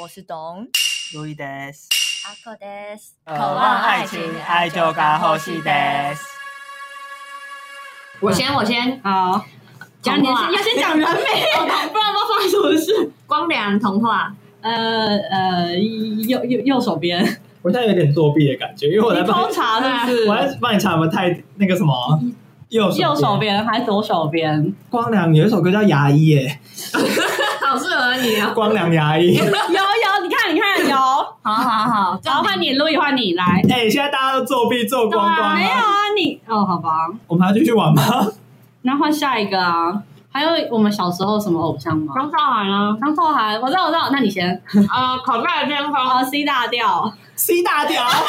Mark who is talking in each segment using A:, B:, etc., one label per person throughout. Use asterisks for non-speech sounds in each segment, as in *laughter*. A: 我是董
B: 路易德斯，
A: 阿克德斯，
B: 渴望爱情，爱就该呼吸德。
C: 我先，我先
B: 好，
C: 讲你的
D: 童话
C: 事，要先讲人 *laughs* 名，不然不知道发生什么事。光良童话，
D: 呃呃，右右右手边，
E: 我现在有点作弊的感觉，因为我在
D: 你
E: 帮
D: 偷查是
C: 哎
D: 不是？
E: 我在帮你查有没有太那个什么右手
D: 右手边还是左手边？
E: 光良有一首歌叫《牙医》耶，
C: 好适合你哦。
E: 光良牙医。
D: *laughs* 有有，你看你看有，好
C: 好好好，
D: 换你录一换你来。
E: 哎、现在大家都作弊做光光
D: 没有
E: 了，
D: 啊，你哦，好吧，
E: 我们还要继续玩吗？
D: 那换下一个啊。还有我们小时候什么偶像吗？
C: 张韶涵啊，
D: 张韶涵，我知道我知道，那你先。
C: 呃，口袋的天空，
D: 哦，C 大调，
E: C 大调。哎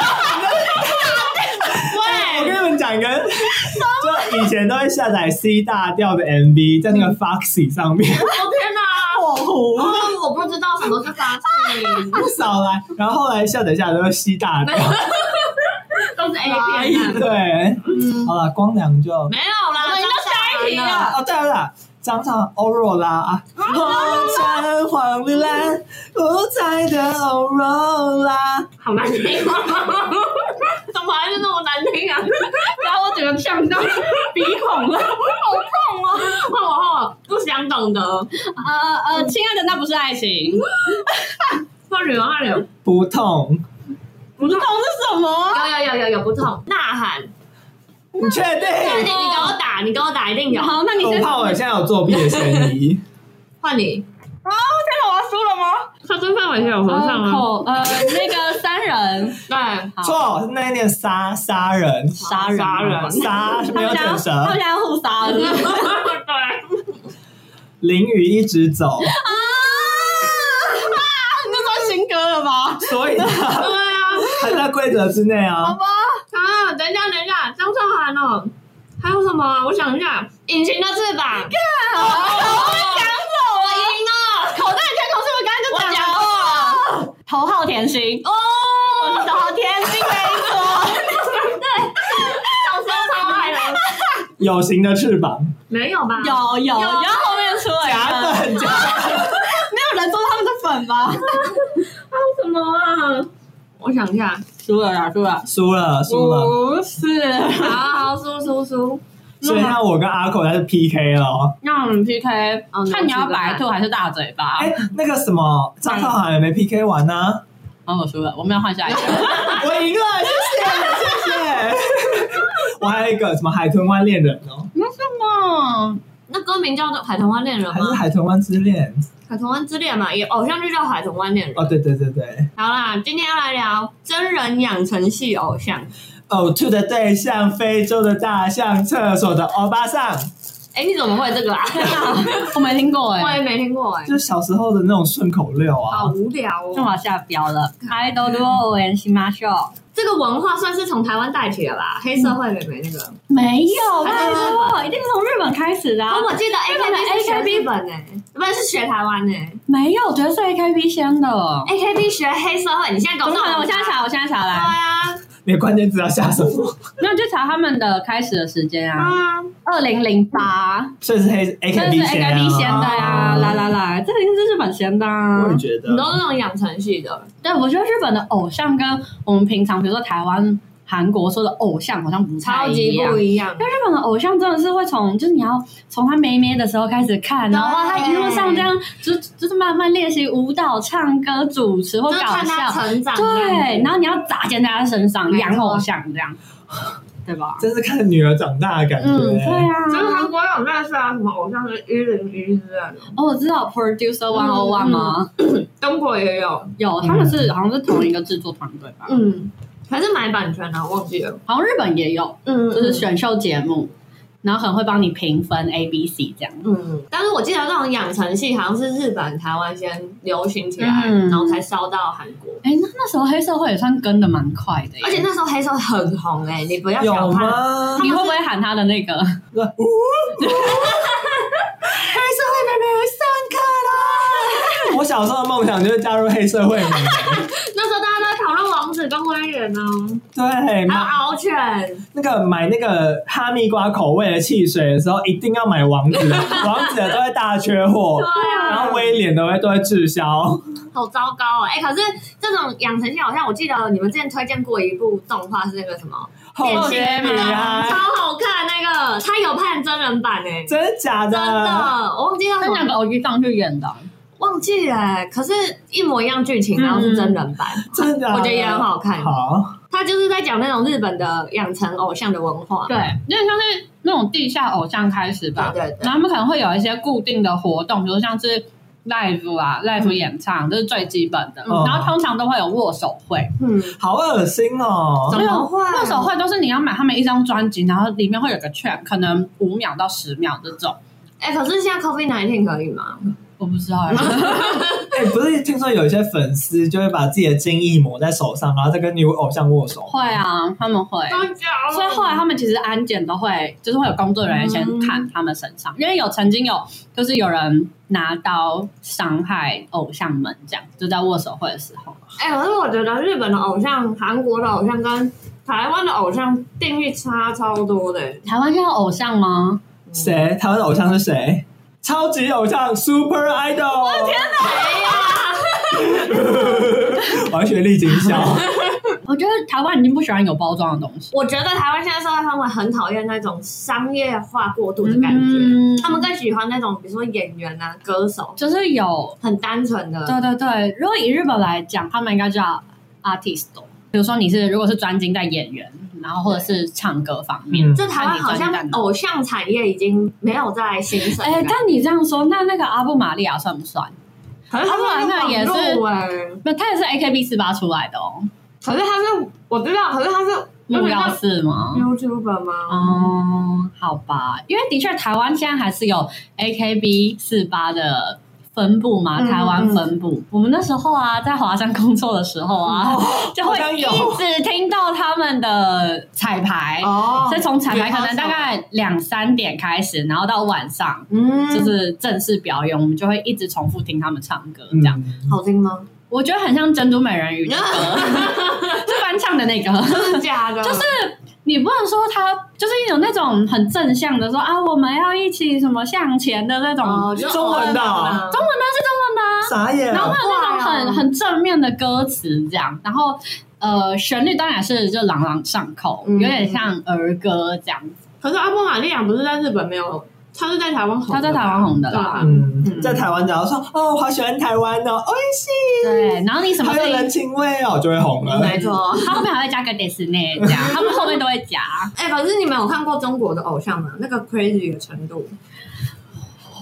E: 我跟你们
D: *laughs*
E: 讲一个，就以前都会下载 C 大调的 MV，在那个 Foxy 上
D: *laughs*
E: 面
C: 我天哪！
E: 火
C: *laughs*
E: 红，
C: 哦我不知道什么是发誓，
E: 不少来。然后后来下载下来都是 C 大调，
C: 都是 A 片啊的。
E: 哎对。
C: 嗯，
E: 好了，光良就
C: 哎没有啦，
D: 我们就
C: 下
D: 一题了
E: 哦，对了对了，张唱欧若拉啊，红橙黄绿蓝，五彩的欧若拉。
C: 好难听啊！ *laughs* 怎么还是那么难听啊？
D: 然后我整个呛到鼻孔了，好
C: 啊
D: 痛哦。
C: 换我换我，不想懂得，
D: 呃呃，亲爱的，那不是爱情，
C: 换你了换你了，
E: 不痛，
C: 不
D: 不
C: 痛
D: 懂，是什么啊？
C: 有有有有有不痛，呐喊，
E: 你确
C: 你
E: 定？
D: *laughs*
C: 你给我打，你给我打，一定有。
D: 好，那你
E: 我
D: 先。
E: 怕我现在有作弊的嫌疑。
C: 换你，
D: 啊！天哪，我要输了吗？
C: 他跟范玮琪有合唱啊吗？
D: 口呃，那个三人
C: 对，
D: *laughs* 好
E: 错，是那一念杀杀人，
D: 杀人，
C: 杀人
E: 杀
D: 他
E: 没有
D: 们
E: 卷
D: 家他
E: 舌
D: 们，家互杀了是不是。
C: 对，
E: 淋雨一直
D: *laughs*
E: 走，
D: 啊！啊那算新歌了吧？
E: 所以呢，
C: *laughs* 对啊，
E: 还在规则之内
D: 好
E: 啊。
D: 吧，
C: 啊，等一下等一下，张韶涵哦，还有什么啊？我想一下，隐形的翅膀，
D: 讲走
C: 我
D: 了。
C: 赢了，
D: 口袋天空是不是刚刚
C: 我
D: 就
C: 讲
D: 讲
C: 过
D: 了？
C: 了。
D: 头号甜心哦，我是头号甜心没错。
C: *laughs* 小时候超爱的，
E: 有形的翅膀， *laughs*
C: 没有吧？
D: 有有，
C: 有
D: 然后后面出了一
E: 假
D: 个，
E: 粉假
D: 没有人做他们的粉吧？
C: 什么啊？我想一下，
D: 输了啦，输了，
E: *laughs* 输了输了，
D: 不是。
C: 好好输输输，
E: 所以那我跟阿口才是 PK 了哦。
D: 那我们 PK，、
C: 嗯
D: 看你要白兔还是大嘴巴。
E: 哎，那个什么，张韶涵也没 PK 完呢，
D: 然后我输了，我们要换下一个。
E: 我赢了，谢谢谢谢。我还有一个什么海豚湾恋人哦，
D: 那什么？
C: 那歌名叫做《海豚湾恋人》
E: 还是
C: 吗？
E: 海豚湾之恋？
C: 《海豚湾之恋》嘛，也偶像剧叫《海豚湾恋人》
E: 哦，对对对对，
C: 好啦，今天要来聊真人养成系偶像。
E: 呕吐的对象，非洲的大象，厕所的欧巴桑，
C: 哎，你怎么会这个啊？
D: 我没听过
C: *laughs* 我
D: 哎、
C: 也没听过哎
E: 就，是小时候的那种顺口溜
C: 好
E: 啊。
C: 无聊
D: 那我
C: 哦。
D: 要下标了。爱豆多维西马秀
C: 这个文化算是从台湾带起的
D: 嗯
C: 吧？黑社会妹妹那个，
D: 没有，啊
C: 还是日
D: 拜托，一定是从日本开始的、啊
C: 哦，。我记得 A K B
D: 日
C: A K
D: 本
C: B 本哎，不是是学台湾哎
D: 没有，我觉得是 AKB 先的。
C: ，A K B 学黑社会，你现在搞
D: 怎么可能？
C: 懂？
D: 我现在查，我现在查
C: 对
D: 来，
C: 啊，
E: 你的关键字要下什么？
D: 那就查他们的开始的时间啊，
C: 啊，
D: 二零零八，
E: 所以是黑
D: 这是
E: AKB 先
D: AKB 先的呀，
E: 啊，
D: 来来来，这一定是日本先的啊
E: 我。也觉
C: 你都
E: 得。
C: 是那种养成系的，
D: 对，我觉得日本的偶像跟我们平常比如说台湾、韩国说的偶像好像不太
C: 超
D: 一
C: 级
D: 样
C: 不。一样
D: 因。为日本的偶像真的是会从，就是你要从他妹妹的时候开始看，然后他一路上这样，就就是慢慢练习舞蹈、唱歌、主持或
C: 就
D: 搞
C: 是看他
D: 笑，
C: 成长这啊样子，
D: 对，然后你要砸进在他身上，
C: 没错
D: 养偶像这样，对吧？
E: 真是看女儿长大的感觉。
D: 嗯，对
C: 就是
D: 啊。
C: 韩国有认识啊，什么偶像是一零一之类的，
D: 哦，我知道 Producer One O
C: 嗯
D: One 吗？
C: 中国也有，
D: 有，他们是好像是同一个制作团队吧？
C: 嗯，还是买版权啊，忘记了，
D: 好像日本也有，
C: 嗯
D: 就是，选秀节目，然后可能会帮你评分 A、B、C 这样。
C: 嗯，但是我记得那种养成系好像是日本、台湾先流行起来，
D: 嗯
C: 然后才烧到韩国，
D: 哎，那那时候黑社会也算跟的蛮快的耶，
C: 而且那时候黑社会很红哎，你不要小
E: 有
C: 看，
E: 吗？
D: 你会不会喊他的那个？
E: 那呜，黑社会妹妹上课啦！我小时候的梦想就是加入黑社会妹妹，
C: 那时候大家都在讨论有王子跟威远呢，
E: *laughs* 对，
C: 还有
E: 买
C: 敖犬，
E: 那个买那个哈密瓜口味的汽水的时候，一定要买王
C: *laughs*
E: 子的，王子的都会大缺货
C: 对，
E: 然
C: 啊
E: 后，威廉都会都会滞销。
C: 好糟糕哦！哎，可是这种养成系好像我记得你们之前推荐过一部动画是那个什么，
E: 好
C: 仙
E: 女啊
C: 超好看那个，它有拍成真人版哎，
E: 真的假
C: 真的，我忘记叫什
D: 那两
C: 么，
D: 个偶遇上去演的啊，
C: 忘记了欸，可是一模一样剧情，然后是真人版，
E: 真的啊，
C: 我觉得也很好看。
E: 好，
C: 他就是在讲那种日本的养成偶像的文化。
D: 对，有点像是那种地下偶像开始吧。
C: 对对对
D: 然后他们可能会有一些固定的活动，比如像是 live 啊、live
C: 嗯
D: 演唱，这是最基本的。
E: 嗯
D: 然后通常都会有握手会，
C: 嗯，
E: 好恶心哦
C: *laughs* 怎！么会？啊
D: 握手会都是你要买他们一张专辑，然后里面会有个券，可能五秒到十秒这种。
C: 哎、可是现在 COVID 1 9可以吗？
D: 我不知道、欸，
C: *laughs*
E: 哎，不是听说有一些粉丝就会把自己的精液抹在手上，然后再跟女偶像握手。
D: 会啊，他们会。
C: 真假
D: 所以后来他们其实安检都会，就是会有工作人员
C: 嗯
D: 先看他们身上，因为有曾经有就是有人拿刀伤害偶像们，这样就在握手会的时候。
C: 哎、可是我觉得日本的偶像、韩国的偶像跟台湾的偶像定义差超多的、
D: 台湾现在有偶像吗？
E: 谁？台湾的偶像是谁？超级偶像 Super Idol！我天哪！
C: 啊
E: 谁呀？我要学丽景小。
D: *laughs* 我觉得台湾已经不喜欢有包装的东西，
C: 我觉得台湾现在社会氛围很讨厌那种商业化过度的感觉，
D: 嗯
C: 他们更喜欢那种比如说演员啊、歌手，
D: 就是有，
C: 很单纯的。
D: 对对对。如果以日本来讲，他们应该叫 artist。比哦如说你是如果是专精在演员，然后或者是唱歌方面，
E: 嗯，
C: 就台湾好像啊偶像产业已经没有在兴盛。
D: 哎、但你这样说，那那个阿布玛利亚算不算？
C: 可是他们那也
D: 他们
C: 是，
D: 那他也是 AKB 四八出来的哦，
C: 可是他是我知道，可是嗯他是
D: 木曜四
C: 嗯
D: 吗？
C: YouTuber 吗？
D: 哦，好吧，因为的确台湾现在还是有 AKB 四八的分部嘛，
C: 嗯
D: 台湾分部。我们那时候啊，在华山工作的时候啊，
C: 哦
D: *laughs* 就
E: 好
D: 会
E: 像
D: 一
E: 有
D: 直听到他们的彩排。
C: 哦
D: 所以从彩排可能大概两三点开始，然后到晚上
C: 嗯，
D: 就是正式表演，我们就会一直重复听他们唱歌这样。
E: 嗯
C: 好听吗？
D: 我觉得很像《珍珠美人鱼》的
C: *laughs*
D: 歌， *laughs* 是翻唱的那个。
C: 真的假的？就是
D: 你不能说他就是有那种很正向的说啊，我们要一起什么向前的那种，
C: 哦，
E: 就是中文的哦
D: 中文呢是
E: 傻眼
D: 中文的啊，然后
E: 了
D: 还。有那种
C: 哇
D: 很
C: 哦
D: 很正面的歌词这样，然后呃旋律当然是就朗朗上口，
C: 嗯
D: 有点像儿歌这样
E: 嗯
D: 子。
C: 可是阿波玛利亚不是在日本没有，他是在台湾红，
D: 他
C: 啊
D: 在台湾红的啦，
E: 嗯，在台湾只要说哦，我好喜欢台湾哦，哦，
D: 对，然后你什么
E: 好
D: 事
E: 有人
D: 情，
E: 情味哦，就会红了。
C: 没错。
D: 他后面还会加个 Disney
E: *laughs*
D: 这样，他们后面都会加。
C: *laughs* 哎，可是你们有看过中国的偶像吗？那个 crazy 的程度，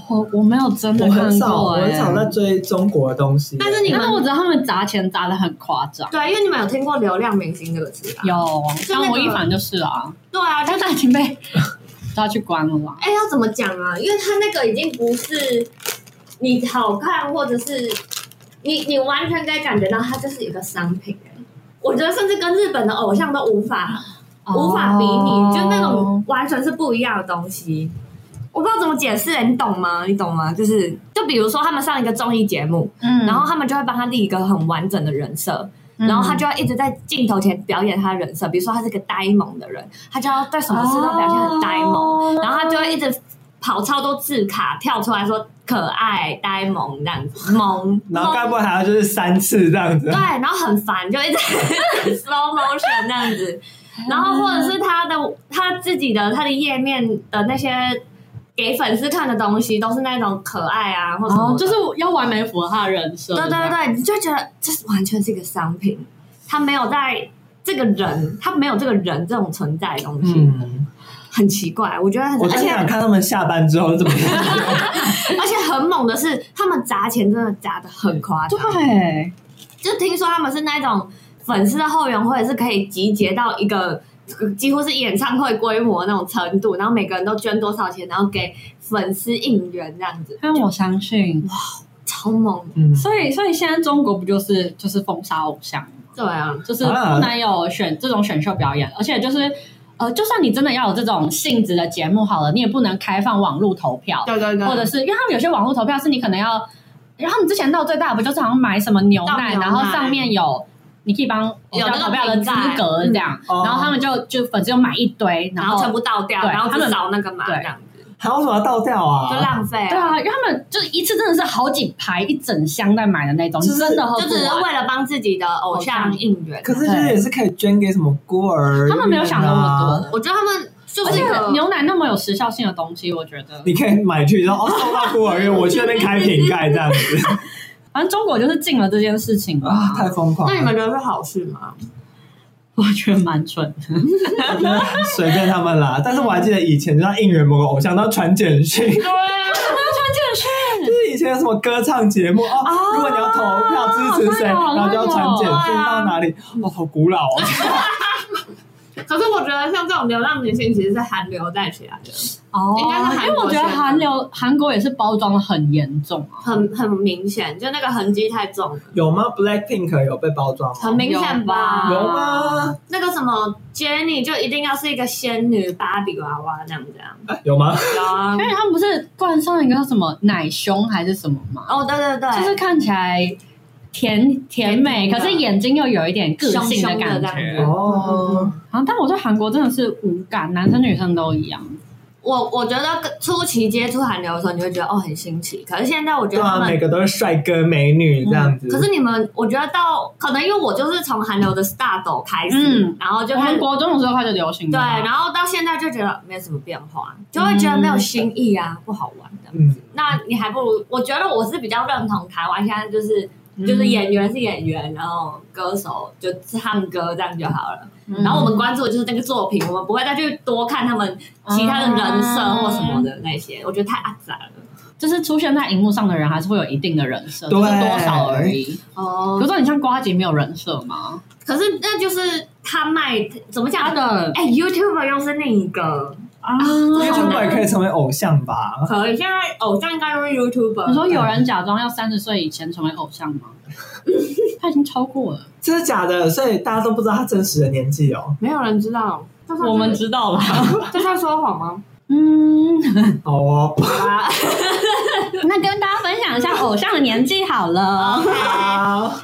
D: 我我没有真的
E: 我很
D: 看
E: 少，
D: 过、
E: 我
D: 欸，
E: 很少在追中国的东西。
C: 但是你
D: 但是我
C: 们
D: 知道他们砸钱砸的很夸张。
C: 对，啊因为你们有听过流量明星这个词吧？
D: 有，
C: 就
D: 像
C: 那个
D: 吴亦凡就是啊，
C: 对啊，就
D: 但
C: 是
D: 他已经被抓去关了啦。
C: 哎、要怎么讲啊？因为他那个已经不是你好看，或者是你你完全可以感觉到它就是一个商品、哎我觉得甚至跟日本的偶像都无法、无法比
D: 哦
C: 拟，就那种完全是不一样的东西。我不知道怎么解释、哎你懂吗？你懂吗？就是就比如说他们上一个综艺节目，
D: 嗯
C: 然后他们就会帮他立一个很完整的人设，然后他就要一直在镜头前表演他的人设，比如说他是个呆萌的人，他就要对什么事都表现很呆萌，
D: 萌
C: 然后他就会一直跑超多字卡跳出来说可爱、呆萌这样子，萌。
E: 然后该不
C: 萌
E: 会还要就是三次这样子
D: 啊
C: 对，？然后很烦，就一直 *laughs* slow motion 那样子，然后或者是他的他自己的他的页面的那些给粉丝看的东西，都是那种可爱啊，或者
D: 哦，就是要完美符合他的人设。
C: 对
D: 这
C: 对
D: 样，
C: 对，你就觉得这是完全是一个商品，它没有在这个人，它没有这个人这种存在的东西，
E: 嗯，
C: 很奇怪。我觉得很，
E: 我
C: 而
E: 真
C: 且
E: 想看他们下班之后怎么样。
C: 而且很猛的是，他们砸钱真的砸的很夸张。
D: 对，啊
C: 就听说他们是那种粉丝的后援会是可以集结到一个几乎是演唱会规模那种程度，然后每个人都捐多少钱，然后给粉丝应援这样子，
D: 但我相信，
C: 超猛。
D: *laughs*
E: 嗯，
D: 所以所以现在中国不就是就是封杀偶像吗，
C: 对啊，
D: 就是不能有选这种选秀表演，而且就是。呃，就算你真的要有这种性质的节目好了，你也不能开放网络投票，
C: 对对对
D: 或者是因为他们有些网络投票是你可能要，然后他们之前闹最大的不就是好像买什么牛
C: 倒
D: 奶，
C: 牛奶
D: 然后上面有你可以帮偶
C: 有
D: 像
C: 那个
D: 投票的
C: 评
D: 资
C: 价
D: 格这样，
E: 哦
D: 然后他们就就粉丝就买一堆，
C: 然
D: 后
C: 后全部倒掉，
D: 对
C: 然后
D: 他
C: 去
D: 们
C: 找那个嘛，
D: 对
C: 这样子
E: 还有什么要倒掉
C: 就
E: 啊？
C: 浪费
D: 对
C: 啊。
D: 啊，因为他们就是一次真的是好几排一整箱在买的那种，
E: 就是
D: 你真的喝
C: 就
D: 不
C: 只是
D: 完。
C: 为了帮自己的偶像应援。啊
E: 可是其实也是可以捐给什么孤儿、啊
D: 他们没有想那么多，
C: 我觉得他们啊就
D: 而
C: 是一
D: 且
C: 个
D: 牛奶那么有时效性的东西，我觉得，
E: 你可以买去，然后哦送到孤儿院，我去那边开瓶盖这样子
D: 反正中国就是进了这件事情
E: 啊，太
D: 嘛，
E: 疯狂了！
C: 那你们觉得是好事吗？
D: 我觉得蛮蠢。
E: 我觉得随便他们啦。但是我还记得以前，就要应援某个偶像，都要传简讯，就
C: 啊
D: 穿
E: 是以前有什么歌唱节目哦，如果你要投票支持谁，
D: 好像有
E: 然后就要传简
C: 啊好像
E: 讯
C: 有
E: 到哪里，哦，好古老哦。
C: 可是我觉得像这种流浪明星其实是韩流带起来的，
D: 哦
C: 应该是韩国
D: 因为我觉得韩流韩国也是包装的很严重啊。
C: 很很明显，就那个痕迹太重了，
E: 有吗？Blackpink 有被包装
C: 很啊
E: 吗？
C: 明显吧？
E: 有吗？
C: 哦那个什么 Jennie 就一定要是一个仙女芭比娃娃那样这样。
E: 哎有吗？
C: 有啊
D: *laughs* 因为他们不是冠上一个叫什么奶胸还是什么吗？
C: 哦，对对对，
D: 就是看起来甜甜美，
C: 甜甜的
D: 可是眼睛又有一点个性
C: 凶凶的
D: 感
C: 这样
D: 觉
C: 子。
E: 哦，
D: 啊，但我对韩国真的是无感，男生女生都一样。
C: 我我觉得跟初期接触韩流的时候，你会觉得哦很新奇，可是现在我
E: 对
C: 觉得他
E: 啊，
C: 们
E: 每个都是帅哥美女这样子。
C: 可是你们，我觉得到可能因为我就是从韩流的 star 抖开始，
D: 嗯
C: 然后就
D: 我
C: 开
D: 们
C: 始
D: 国中的时候开始流行
C: 对，
D: 的啊，
C: 然后到现在就觉得没有什么变化，就会觉得没有新意啊，不好玩的。
E: 嗯，
C: 那你还不如，我觉得我是比较认同台湾现在就是就是演员是演员，然后歌手就唱歌这样就好了。
D: 嗯
C: 然后我们关注的就是那个作品，我们不会再去多看他们其他的人设或什么的那些，我觉得太阿杂了。
D: 就是出现在荧幕上的人，还是会有一定的人设，
E: 对
D: 只是多少而已。比
C: 哦
D: 如说你像瓜姐没有人设吗？
C: 可是那就是他卖怎么讲
D: 他？的
C: 哎、y o u t u b e r 又是另一个，
D: 啊，
E: 因为
D: 你
E: YouTuber 也可以成为偶像吧？
C: 可以现在偶像应该都是 YouTuber。
D: 说有人假装要三十岁以前成为偶像
C: *laughs*
D: 吗？他已经超过了，
E: 这是假的，所以大家都不知道他真实的年纪哦。
C: 没有人知道，这算是
D: 知道吧？
C: 这算说谎吗？
D: 嗯，
E: 好哦，
C: *laughs* 啊，
D: *laughs* 那跟大家分享一下偶像的年纪好了。 *laughs*
E: 好，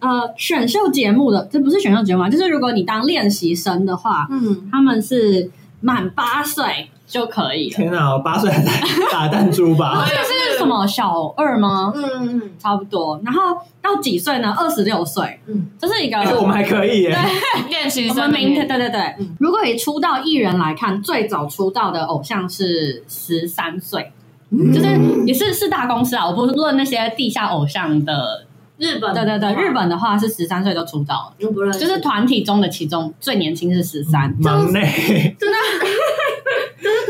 D: 呃，选秀节目的这不是选秀节目啊，就是如果你当练习生的话，
C: 嗯， *laughs*
D: 他们是满八岁就可以了。
E: 天哪，我八岁还在打弹珠
C: *laughs*
E: 吧？
D: 这个是什么小二吗？
C: 嗯嗯
D: 差不多。然后到几岁呢？二十六岁，
C: 嗯，
D: 这是一个。
E: 哎，我们还可以耶，
C: 嗯，练习
D: 我
C: 生
D: 们
C: 的
D: 明天
C: 年纪，
D: 对对对
C: 嗯，
D: 如果以出道艺人来看，最早出道的偶像是十三岁，
C: 嗯
D: 就是也是是大公司啊，我不论那些地下偶像的，
C: 日本，
D: 对对对，日本的话是十三岁就出道了。
C: 就不认识，
D: 就是团体中的其中最年轻是十三、
C: 嗯
E: 忙内，
C: 是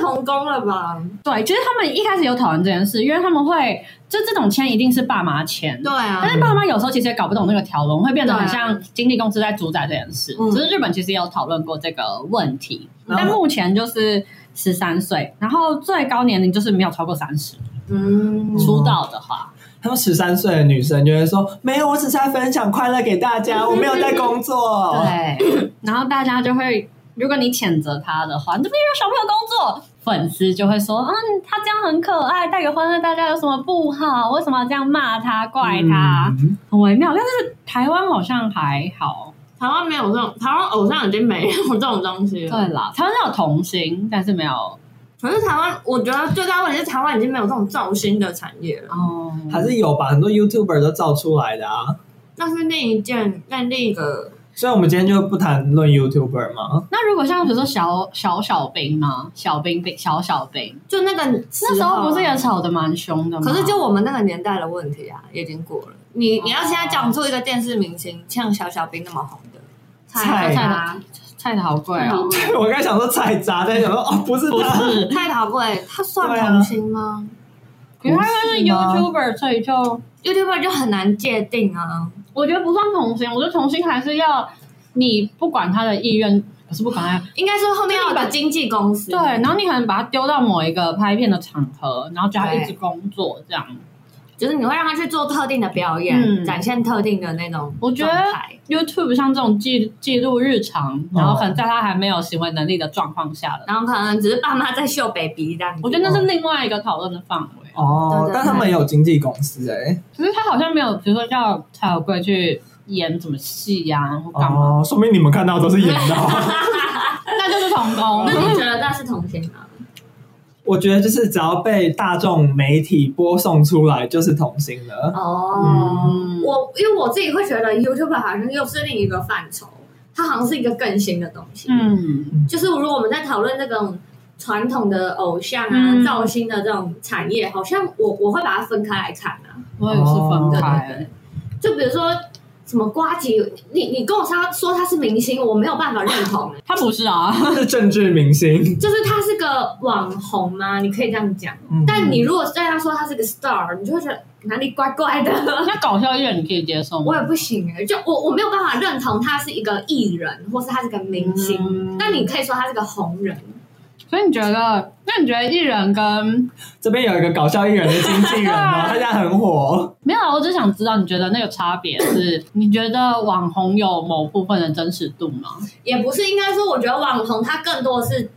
C: 童工了吧？
D: 对，其实他们一开始有讨论这件事，因为他们会就这种签一定是爸妈签，
C: 对啊
D: 但，是爸妈有时候其实也搞不懂那个条文，会变得很
C: 对啊
D: 像经纪公司在主宰这件事。
C: 嗯
D: 只是日本其实也有讨论过这个问题，
E: 嗯
D: 但目前就是十三岁，然后最高年龄就是没有超过三十、
C: 嗯
D: 出道的话，
E: *laughs* 他们十三岁的女生就会说：“没有，我只是在分享快乐给大家，我没有在工作。”
D: 对，然后大家就会，如果你谴责他的话，你怎么让小朋友工作？粉丝就会说，嗯，他这样很可爱，带给欢乐，大家有什么不好？为什么要这样骂他、怪他？
E: 嗯
D: 很微妙。但是台湾好像还好，
C: 台湾没有这种，台湾偶像已经没有这种东西
D: 对
C: 了。
D: 啦，台湾是有童星，但是没有
C: 可是台湾，我觉得最大问题是台湾已经没有这种造星的产业了，
D: 哦，
E: 还是有吧，很多 YouTuber 都造出来的啊。
C: 那是另一件，那另一个
E: 所以我们今天就不谈论 YouTuber 嘛，
D: 那如果像比如说小小小兵呢，小兵兵小小兵，
C: 就那个
D: 那时候不是
C: 也
D: 也吵得蛮凶的吗？
C: 啊可是就我们那个年代的问题啊，已经过了。你你要现在讲出一个电视明星像小小兵那么红的，
E: 菜
D: 菜
C: 啊
D: 的菜的好贵哦，
E: *laughs* 我刚才想说菜渣，但想说哦，不是他，
C: 蔡桃贵，他算
E: 对啊
C: 童星吗、
D: 可是他又是
E: 不是吗
D: YouTuber，所以就
C: y o u t u b e 就很难界定啊。
D: 我觉得不算童星，我觉得童星还是要你不管他的意愿，不是不管他
C: 应该说后面要有个经纪公司，
D: 对，然后你可能把他丢到某一个拍片的场合，然后叫他一直工作这样。
C: 就是你会让他去做特定的表演，
D: 嗯
C: 展现特定的那种
D: 我觉得
C: 状态
D: YouTube 像这种记记录日常，然后可能在他还没有行为能力的状况下的，
C: 然后可能只是爸妈在秀 baby 这样子。
D: 我觉得那是另外一个讨论的范围。
E: 哦
C: 对对，对
E: 但他们也有经纪公司哎、
D: 可是他好像没有，比如说叫蔡小贵去演什么戏呀、或干嘛，
F: 哦，说明你们看到的都是演
E: 哦
F: 到。
D: 那就是童工
C: 那。你觉得那是同性吗？
E: 我觉得就是只要被大众媒体播送出来，就是童星了。
C: 哦，
D: 嗯
C: 我因为我自己会觉得 YouTube 好像又是另一个范畴，它好像是一个更新的东西。
D: *laughs* 嗯，
C: 就是如果我们在讨论这种传统的偶像啊、
D: 嗯
C: 造星的这种产业，好像我我会把它分开来看啊。
D: 我也是分开。
C: 就比如说什么瓜吉，你你跟我说他说他是明星，我没有办法认同、欸
D: 他不是啊，
E: 是 *laughs* 政治明星，
C: 就是他是个网红嘛，你可以这样讲。
E: 嗯
C: 但你如果这样说他是个 star，你就会觉得哪里怪怪的。
D: *laughs* 那搞笑艺人你可以接受
C: *laughs* 我
D: 吗？
C: 也不行哎、就我我没有办法认同他是一个艺人，或是他是个明星。
D: 嗯
C: 但你可以说他是个红人，
D: 所以你觉得，那你觉得艺人跟
E: 这边有一个搞笑艺人的经纪人哦，他现在很火。
D: 没有啊？我只想知道，你觉得那个差别是？你觉得网红有某部分的真实度吗？
C: 也不是应该说，我觉得网红他更多的是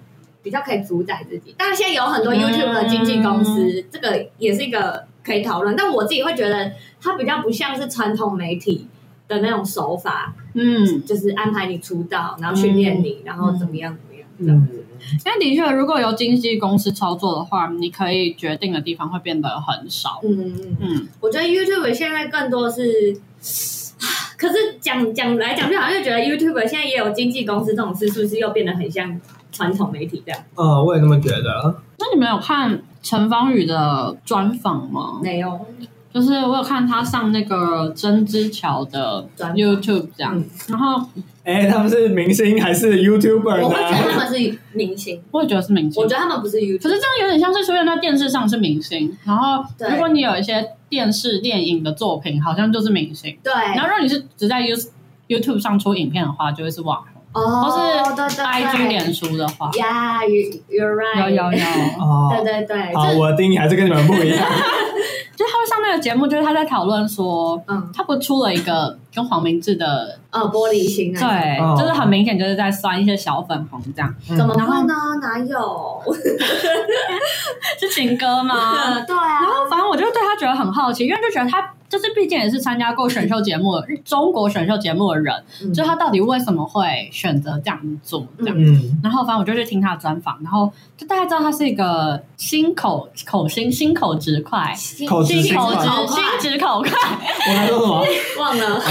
C: 比较可以主宰自己。但是现在有很多
D: 嗯
C: YouTube 的经纪公司，这个也是一个可以讨论。但我自己会觉得，它比较不像是传统媒体的那种手法，
D: 嗯，
C: 就是安排你出道，然后训练你，然后怎么样怎么样。这样
E: 嗯，
D: 因为的确，如果由经纪公司操作的话，你可以决定的地方会变得很少。
C: 嗯嗯嗯，
D: 嗯，
C: 我觉得 YouTube 现在更多的是。啊可是讲讲来讲去，好像又觉得 YouTube 现在也有经纪公司这种事，是不是又变得很像传统媒体这样？
E: 嗯，我也那么觉得。
D: 那你们有看陈芳宇的专访吗？
C: 没有，
D: 就是我有看他上那个针织桥的
C: 专访
D: YouTube 这样，
C: 嗯
D: 然后
E: 哎，他们是明星还是 YouTuber
C: 我会觉得
E: 呢？
C: 他们是明星。
D: 我也觉得是明星啊
C: 我。觉得他们不是 YouTube，
D: 可是这样有点像是出现在电视上是明星，然后
C: 对
D: 如果你有一些电视、电影的作品，好像就是明星。
C: 对，
D: 然后如果你是只在 You YouTube 上出影片的话，就会是网红
C: 哦，
D: 或
C: 对对对
D: IG 脸书的话，
C: 呀，you
D: 有
C: you're right，
D: 有有，
E: 哦
C: 对，对对，
E: 好，
C: 这
E: 我的定义还是跟你们不一样。
C: *laughs*
D: 就是他们上面的节目，就是他在讨论说，
C: 嗯
D: 他不出了一个跟黄明志的，
C: 呃玻璃心啊，
D: 对，
E: 哦
D: 就是很明显就是在酸一些小粉红这样， *laughs*
C: 怎么会呢？哪有？
D: 是情歌吗？
C: *laughs* 对啊
D: 然，后反正我就对他觉得很好奇，因为就觉得他就是毕竟也是参加过选秀节目的中国选秀节目的人，
C: 嗯
D: 就他到底为什么会选择这样做这样。
E: 嗯，
D: 然后反正我就去听他的专访，然后就大概知道他是一个心口口心心口直快，
C: 心
E: 口直哦心
D: 口直
E: 快
C: 口
D: 心
C: 快
D: 直口快，
E: 我还说什么？
C: 忘了，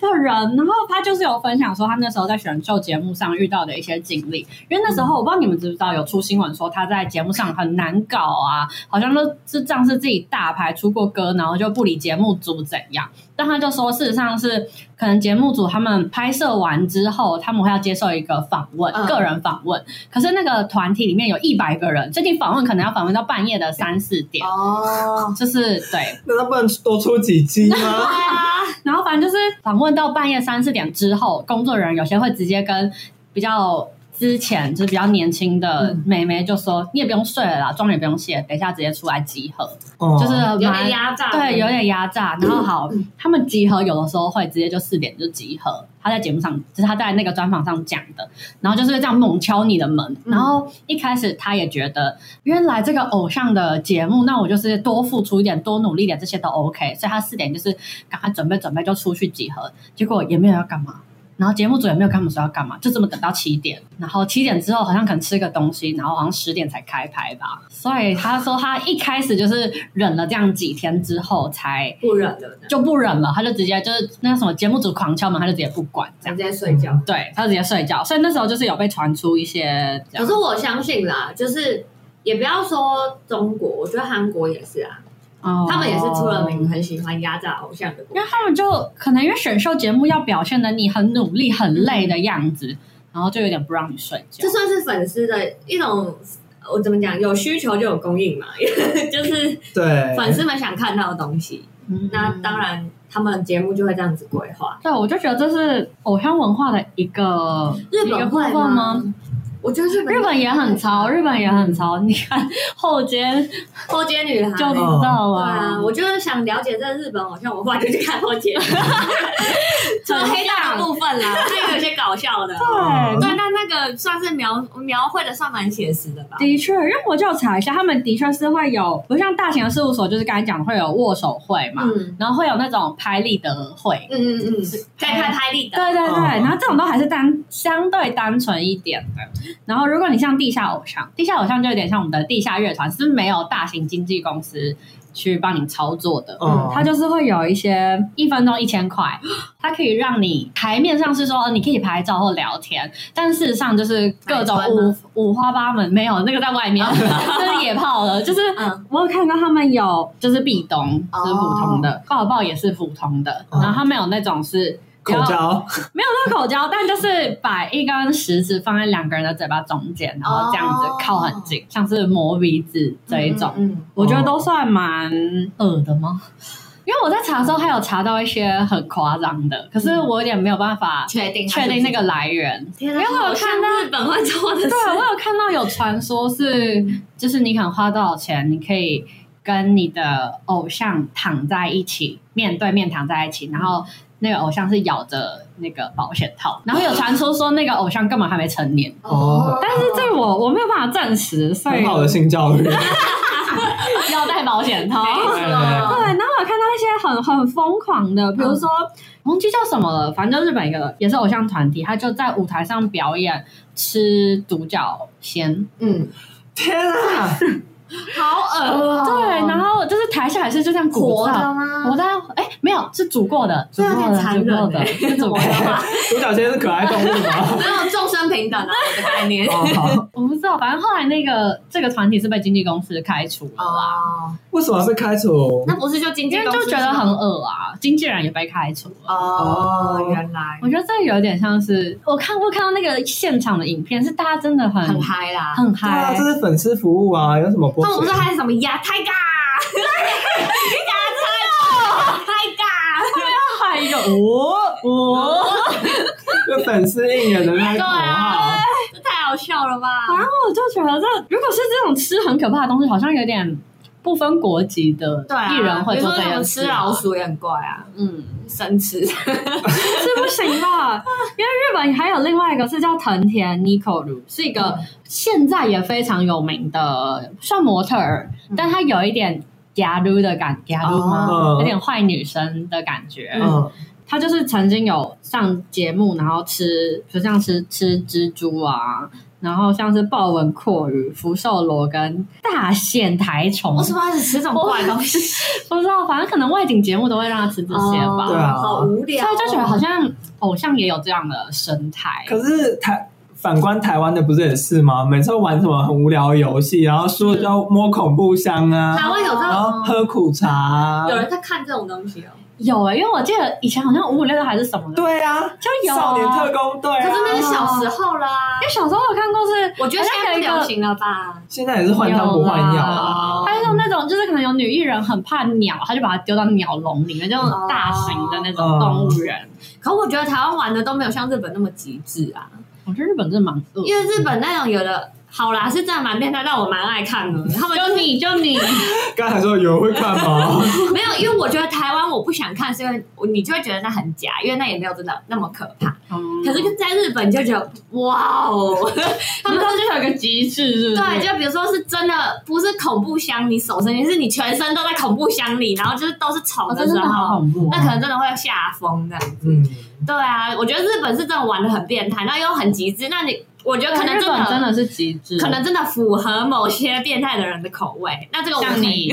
D: 的人，然后他就是有分享说他那时候在选秀节目上遇到的一些经历，因为那时候我不知道你们知不知道有出新闻说他在节目上很难搞啊， *laughs* 好像都是仗是自己大牌出过歌，然后就不理节目组怎样，但他就说事实上是可能节目组他们拍摄完之后，他们会要接受一个访问，
C: 嗯
D: 个人访问，可是那个团体里面有一百个人，所以你访问可能要访问到半夜的三四点，
C: 哦，
D: 就是对，
E: 那他不能多出几集
C: 对 *laughs*
E: 吗？
C: 啊，
D: 然后反正就是访问到半夜三四点之后，工作人员有些会直接跟比较之前就是比较年轻的妹妹就说：“你也不用睡了啦，妆也不用卸，等一下直接出来集合。
E: 哦
D: 就是蛮
C: 有点压榨，嗯
D: 对，有点压榨。然后好，他们集合有的时候会直接就四点就集合。他在节目上，就是他在那个专访上讲的，然后就是这样猛敲你的门。
C: 嗯
D: 然后一开始他也觉得，原来这个偶像的节目，那我就是多付出一点，多努力一点，这些都 OK。所以他四点就是赶快准备准备就出去集合，结果也没有要干嘛。然后节目组也没有跟他们说要干嘛，就这么等到七点。然后七点之后好像可能吃个东西，然后好像十点才开拍吧。所以他说他一开始就是忍了这样几天之后才
C: 不忍的，
D: 就不忍了，他就直接就是那什么节目组狂敲门，他就直接不管这
C: 直
D: 样。
C: 接睡觉。
D: 对，他就直接睡觉。所以那时候就是有被传出一些这
C: 可
D: 样，
C: 是我相信啦，就是也不要说中国，我觉得韩国也是啊，
D: 哦
C: 他们也是出了名，很喜欢压榨偶像的
D: 因
C: 国家
D: 为。他们就可能因为选秀节目要表现的你很努力、很累的样子，然后就有点不让你睡觉
C: 这。算是粉丝的一种，我怎么讲？有需求就有供应嘛， *laughs* 就是
E: 对，
C: 粉丝们想看到的东西。
D: 嗯
C: 那当然，他们节目就会这样子规划。
D: 对，我就觉得这是偶像文化的一个
C: 日
D: 一个
C: 本
D: 部
C: 会
D: 分吗？？
C: 我觉得日本
D: 日本也很潮，日本也很潮。你看后街
C: 后街女孩。
D: 就知道
C: 嗯对啊
D: 了、
C: *laughs* 啊，我就是想了解这日本偶像文化，就去看后街。
D: 扯黑大
C: 部分 *laughs* 啦，还有一些搞笑的。
F: 对
C: 对，那那个算是描描绘的算蛮写实的吧？
D: 的确，让我就查一下，他们的确是会有，不像大型的事务所，就是刚才讲会有握手会嘛，
C: 嗯
D: 然后会有那种拍立得会，
C: 嗯嗯嗯，在拍拍立得。
D: 对对对，
E: 嗯
D: 然后这种都还是单相对单纯一点的。然后如果你像地下偶像，地下偶像就有点像我们的地下乐团，是没有大型经纪公司去帮你操作的。
E: 嗯
D: 它就是会有一些一分钟一千块，它可以让你台面上是说哦你可以拍照或聊天，但事实上就是各种
C: 买砖
D: 五
C: 吗哦
D: 五花八门，没有那个在外面，就是野炮了。就是
C: 嗯哦
D: 我有看到他们有就是壁咚是普通的，抱抱也是普通的，
E: 嗯
D: 然后他们有那种是
E: 口交，
D: 没有到口交，但就是把一根食指放在两个人的嘴巴中间，然后这样子
C: 哦
D: 靠很近，像是磨鼻子这一种，
C: 嗯，
D: 我觉得都算蛮恶的吗？哦因为我在查的时候还有查到一些很夸张的，可是我有点没有办法
C: 确定
D: 确定那个来源。
C: 因
D: 因为我有看到
C: 日本会做的事
D: 对，，我有看到有传说是，就是你可能花多少钱，你可以跟你的偶像躺在一起，面对面躺在一起，然后那个偶像是咬着那个保险套，然后有传说说那个偶像根本还没成年，
E: 哦
D: *laughs* 但是这我我没有办法证实，所以
F: 很好的性教
C: *laughs*
F: 育，
D: 要戴保险 *laughs* 套。
C: 没错
D: 对，然后我看到一些很很疯狂的，比如说
C: 嗯
D: 忘记叫什么了，反正就日本一个也是偶像团体，他就在舞台上表演吃独角仙。
C: 嗯，
E: 天啊！
C: 好恶哦
D: 对，然后就是台下还是就这样鼓
C: 活的
D: 胀，
C: 吗？
D: 活的啊，哎，没有，是煮过的，煮
C: 这有
D: 过
C: 点
D: 的，
C: 残
D: 煮过
C: 忍
D: 的，
C: 欸
D: 是煮过
C: 我的
D: 的。
C: 话，
F: 独角仙是可爱动物吗？
C: 没有众生平等啊，我的概 *laughs* 念。
E: 哦，好
D: *laughs* 我不知道，反正后来那个这个团体是被经纪公司开除了啦，
C: 哦，
E: 为什么被开除？
C: 那不是就今
D: 因
C: 天
D: 为就觉得很恶啊，经纪人也被开除了。
C: 哦，原来
D: 我觉得这有点像是我看过看到那个现场的影片，是大家真的很
C: 很嗨啦。
D: 很
E: 对啊，
D: 嗨
E: 这，是粉丝服务啊，有什么剥
C: 他们不是
E: 削？
C: 还是什么牙太嘎，牙太嘎，
D: 嗨一个哦哦。
E: 就粉丝应援的那些口
C: 对
E: 号
C: 啊，这太好笑了吧？
D: 然后我就觉得这如果是这种吃很可怕的东西，好像有点不分国籍的
C: 对啊，
D: 艺人会做这
C: 比如说什
D: 件
C: 么
D: 事、
C: 吃老鼠也很怪啊，嗯，
D: *laughs*
C: 生吃。
D: 是不行吧？因为日本还有另外一个是叫藤田 n i c o r u 是一个现在也非常有名的算模特儿，但她有一点。假如的感，假如吗？
E: 哦
D: 有点坏女生的感觉。
C: 啊
E: 嗯，
D: 她就是曾经有上节目，然后吃，就像吃吃蜘蛛啊，然后像是豹纹阔鱼、福寿螺跟大线苔虫。
E: 哦
C: 为什么要一直吃这种怪东西？
D: 不知道，反正可能外景节目都会让他吃这些吧。
E: 对啊
C: 好无聊哦。
D: 所以就觉得好像偶像也有这样的生态。
E: 可是台反观台湾的不是也是吗？每次玩什么很无聊的游戏，然后输了就要摸恐怖箱
C: 台
E: 啊，
C: 湾有这
E: 然
C: 种
E: 后喝苦茶啊，
C: 有人在看这种东西哦，
D: 有哎、因为我记得以前好像五五六六还是什么的，
E: 对啊，
D: 就有、
E: 少年特。工队
C: 可是
E: 啊，
C: 那是小时候啦
D: 因为。小时候我看过是，
C: 我觉得
D: 好像
C: 现在
D: 有
C: 不
D: 一
C: 流
D: 个，
C: 行了吧？
E: 现在也是换汤不换药啊。
D: 还有一种那种就是可能有女艺人很怕鸟，她就把它丢到鸟笼里面，就
E: 哦
D: 那种大型的那种动物园。
C: 可我觉得台湾玩的都没有像日本那么极致啊，
D: 我觉得日本真的蛮恶。
C: 因为日本那种有的好啦，是真的蛮变态，但我蛮爱看的。他们就
D: 就你就你，
F: 刚才说有人会看
C: *laughs*
F: 吗？
C: 没有，因为我觉得台湾我不想看，是因为你就会觉得那很假，因为那也没有真的那么可怕。可
D: 可
C: 是在日本就觉得哇哦，
D: 他们都是有一个极致，是不是？
C: 对，就比如说是真的不是恐怖箱，你手伸进去，是你全身都在恐怖箱里，然后就是都是虫
D: 哦
C: 的
D: 真
C: 时
D: 的好
C: 候，
D: 恐怖哦。
C: 那可能真的会吓疯的。
E: 嗯，
C: 对啊，我觉得日本是真的玩的很变态，那又很极致，那你我觉得可能
D: 日
C: 真
D: 本
C: 的
D: 真的是极致，
C: 可能真的符合某些变态的人的口味，那这个我
D: 像你，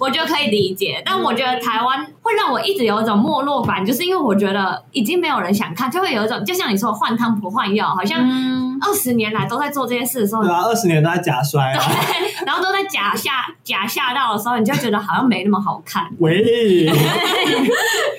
C: 我觉得可以理解，但我觉得台湾会让我一直有一种没落感，就是因为我觉得已经没有人想看，就会有一种就像你说换汤不换药，好像
D: 嗯，
C: 二十年来都在做这些事的时候
E: 对，啊，二十年都在假摔啊，
C: 然后都在假吓假吓到的时候，你就觉得好像没那么好看。 *laughs*
E: 喂，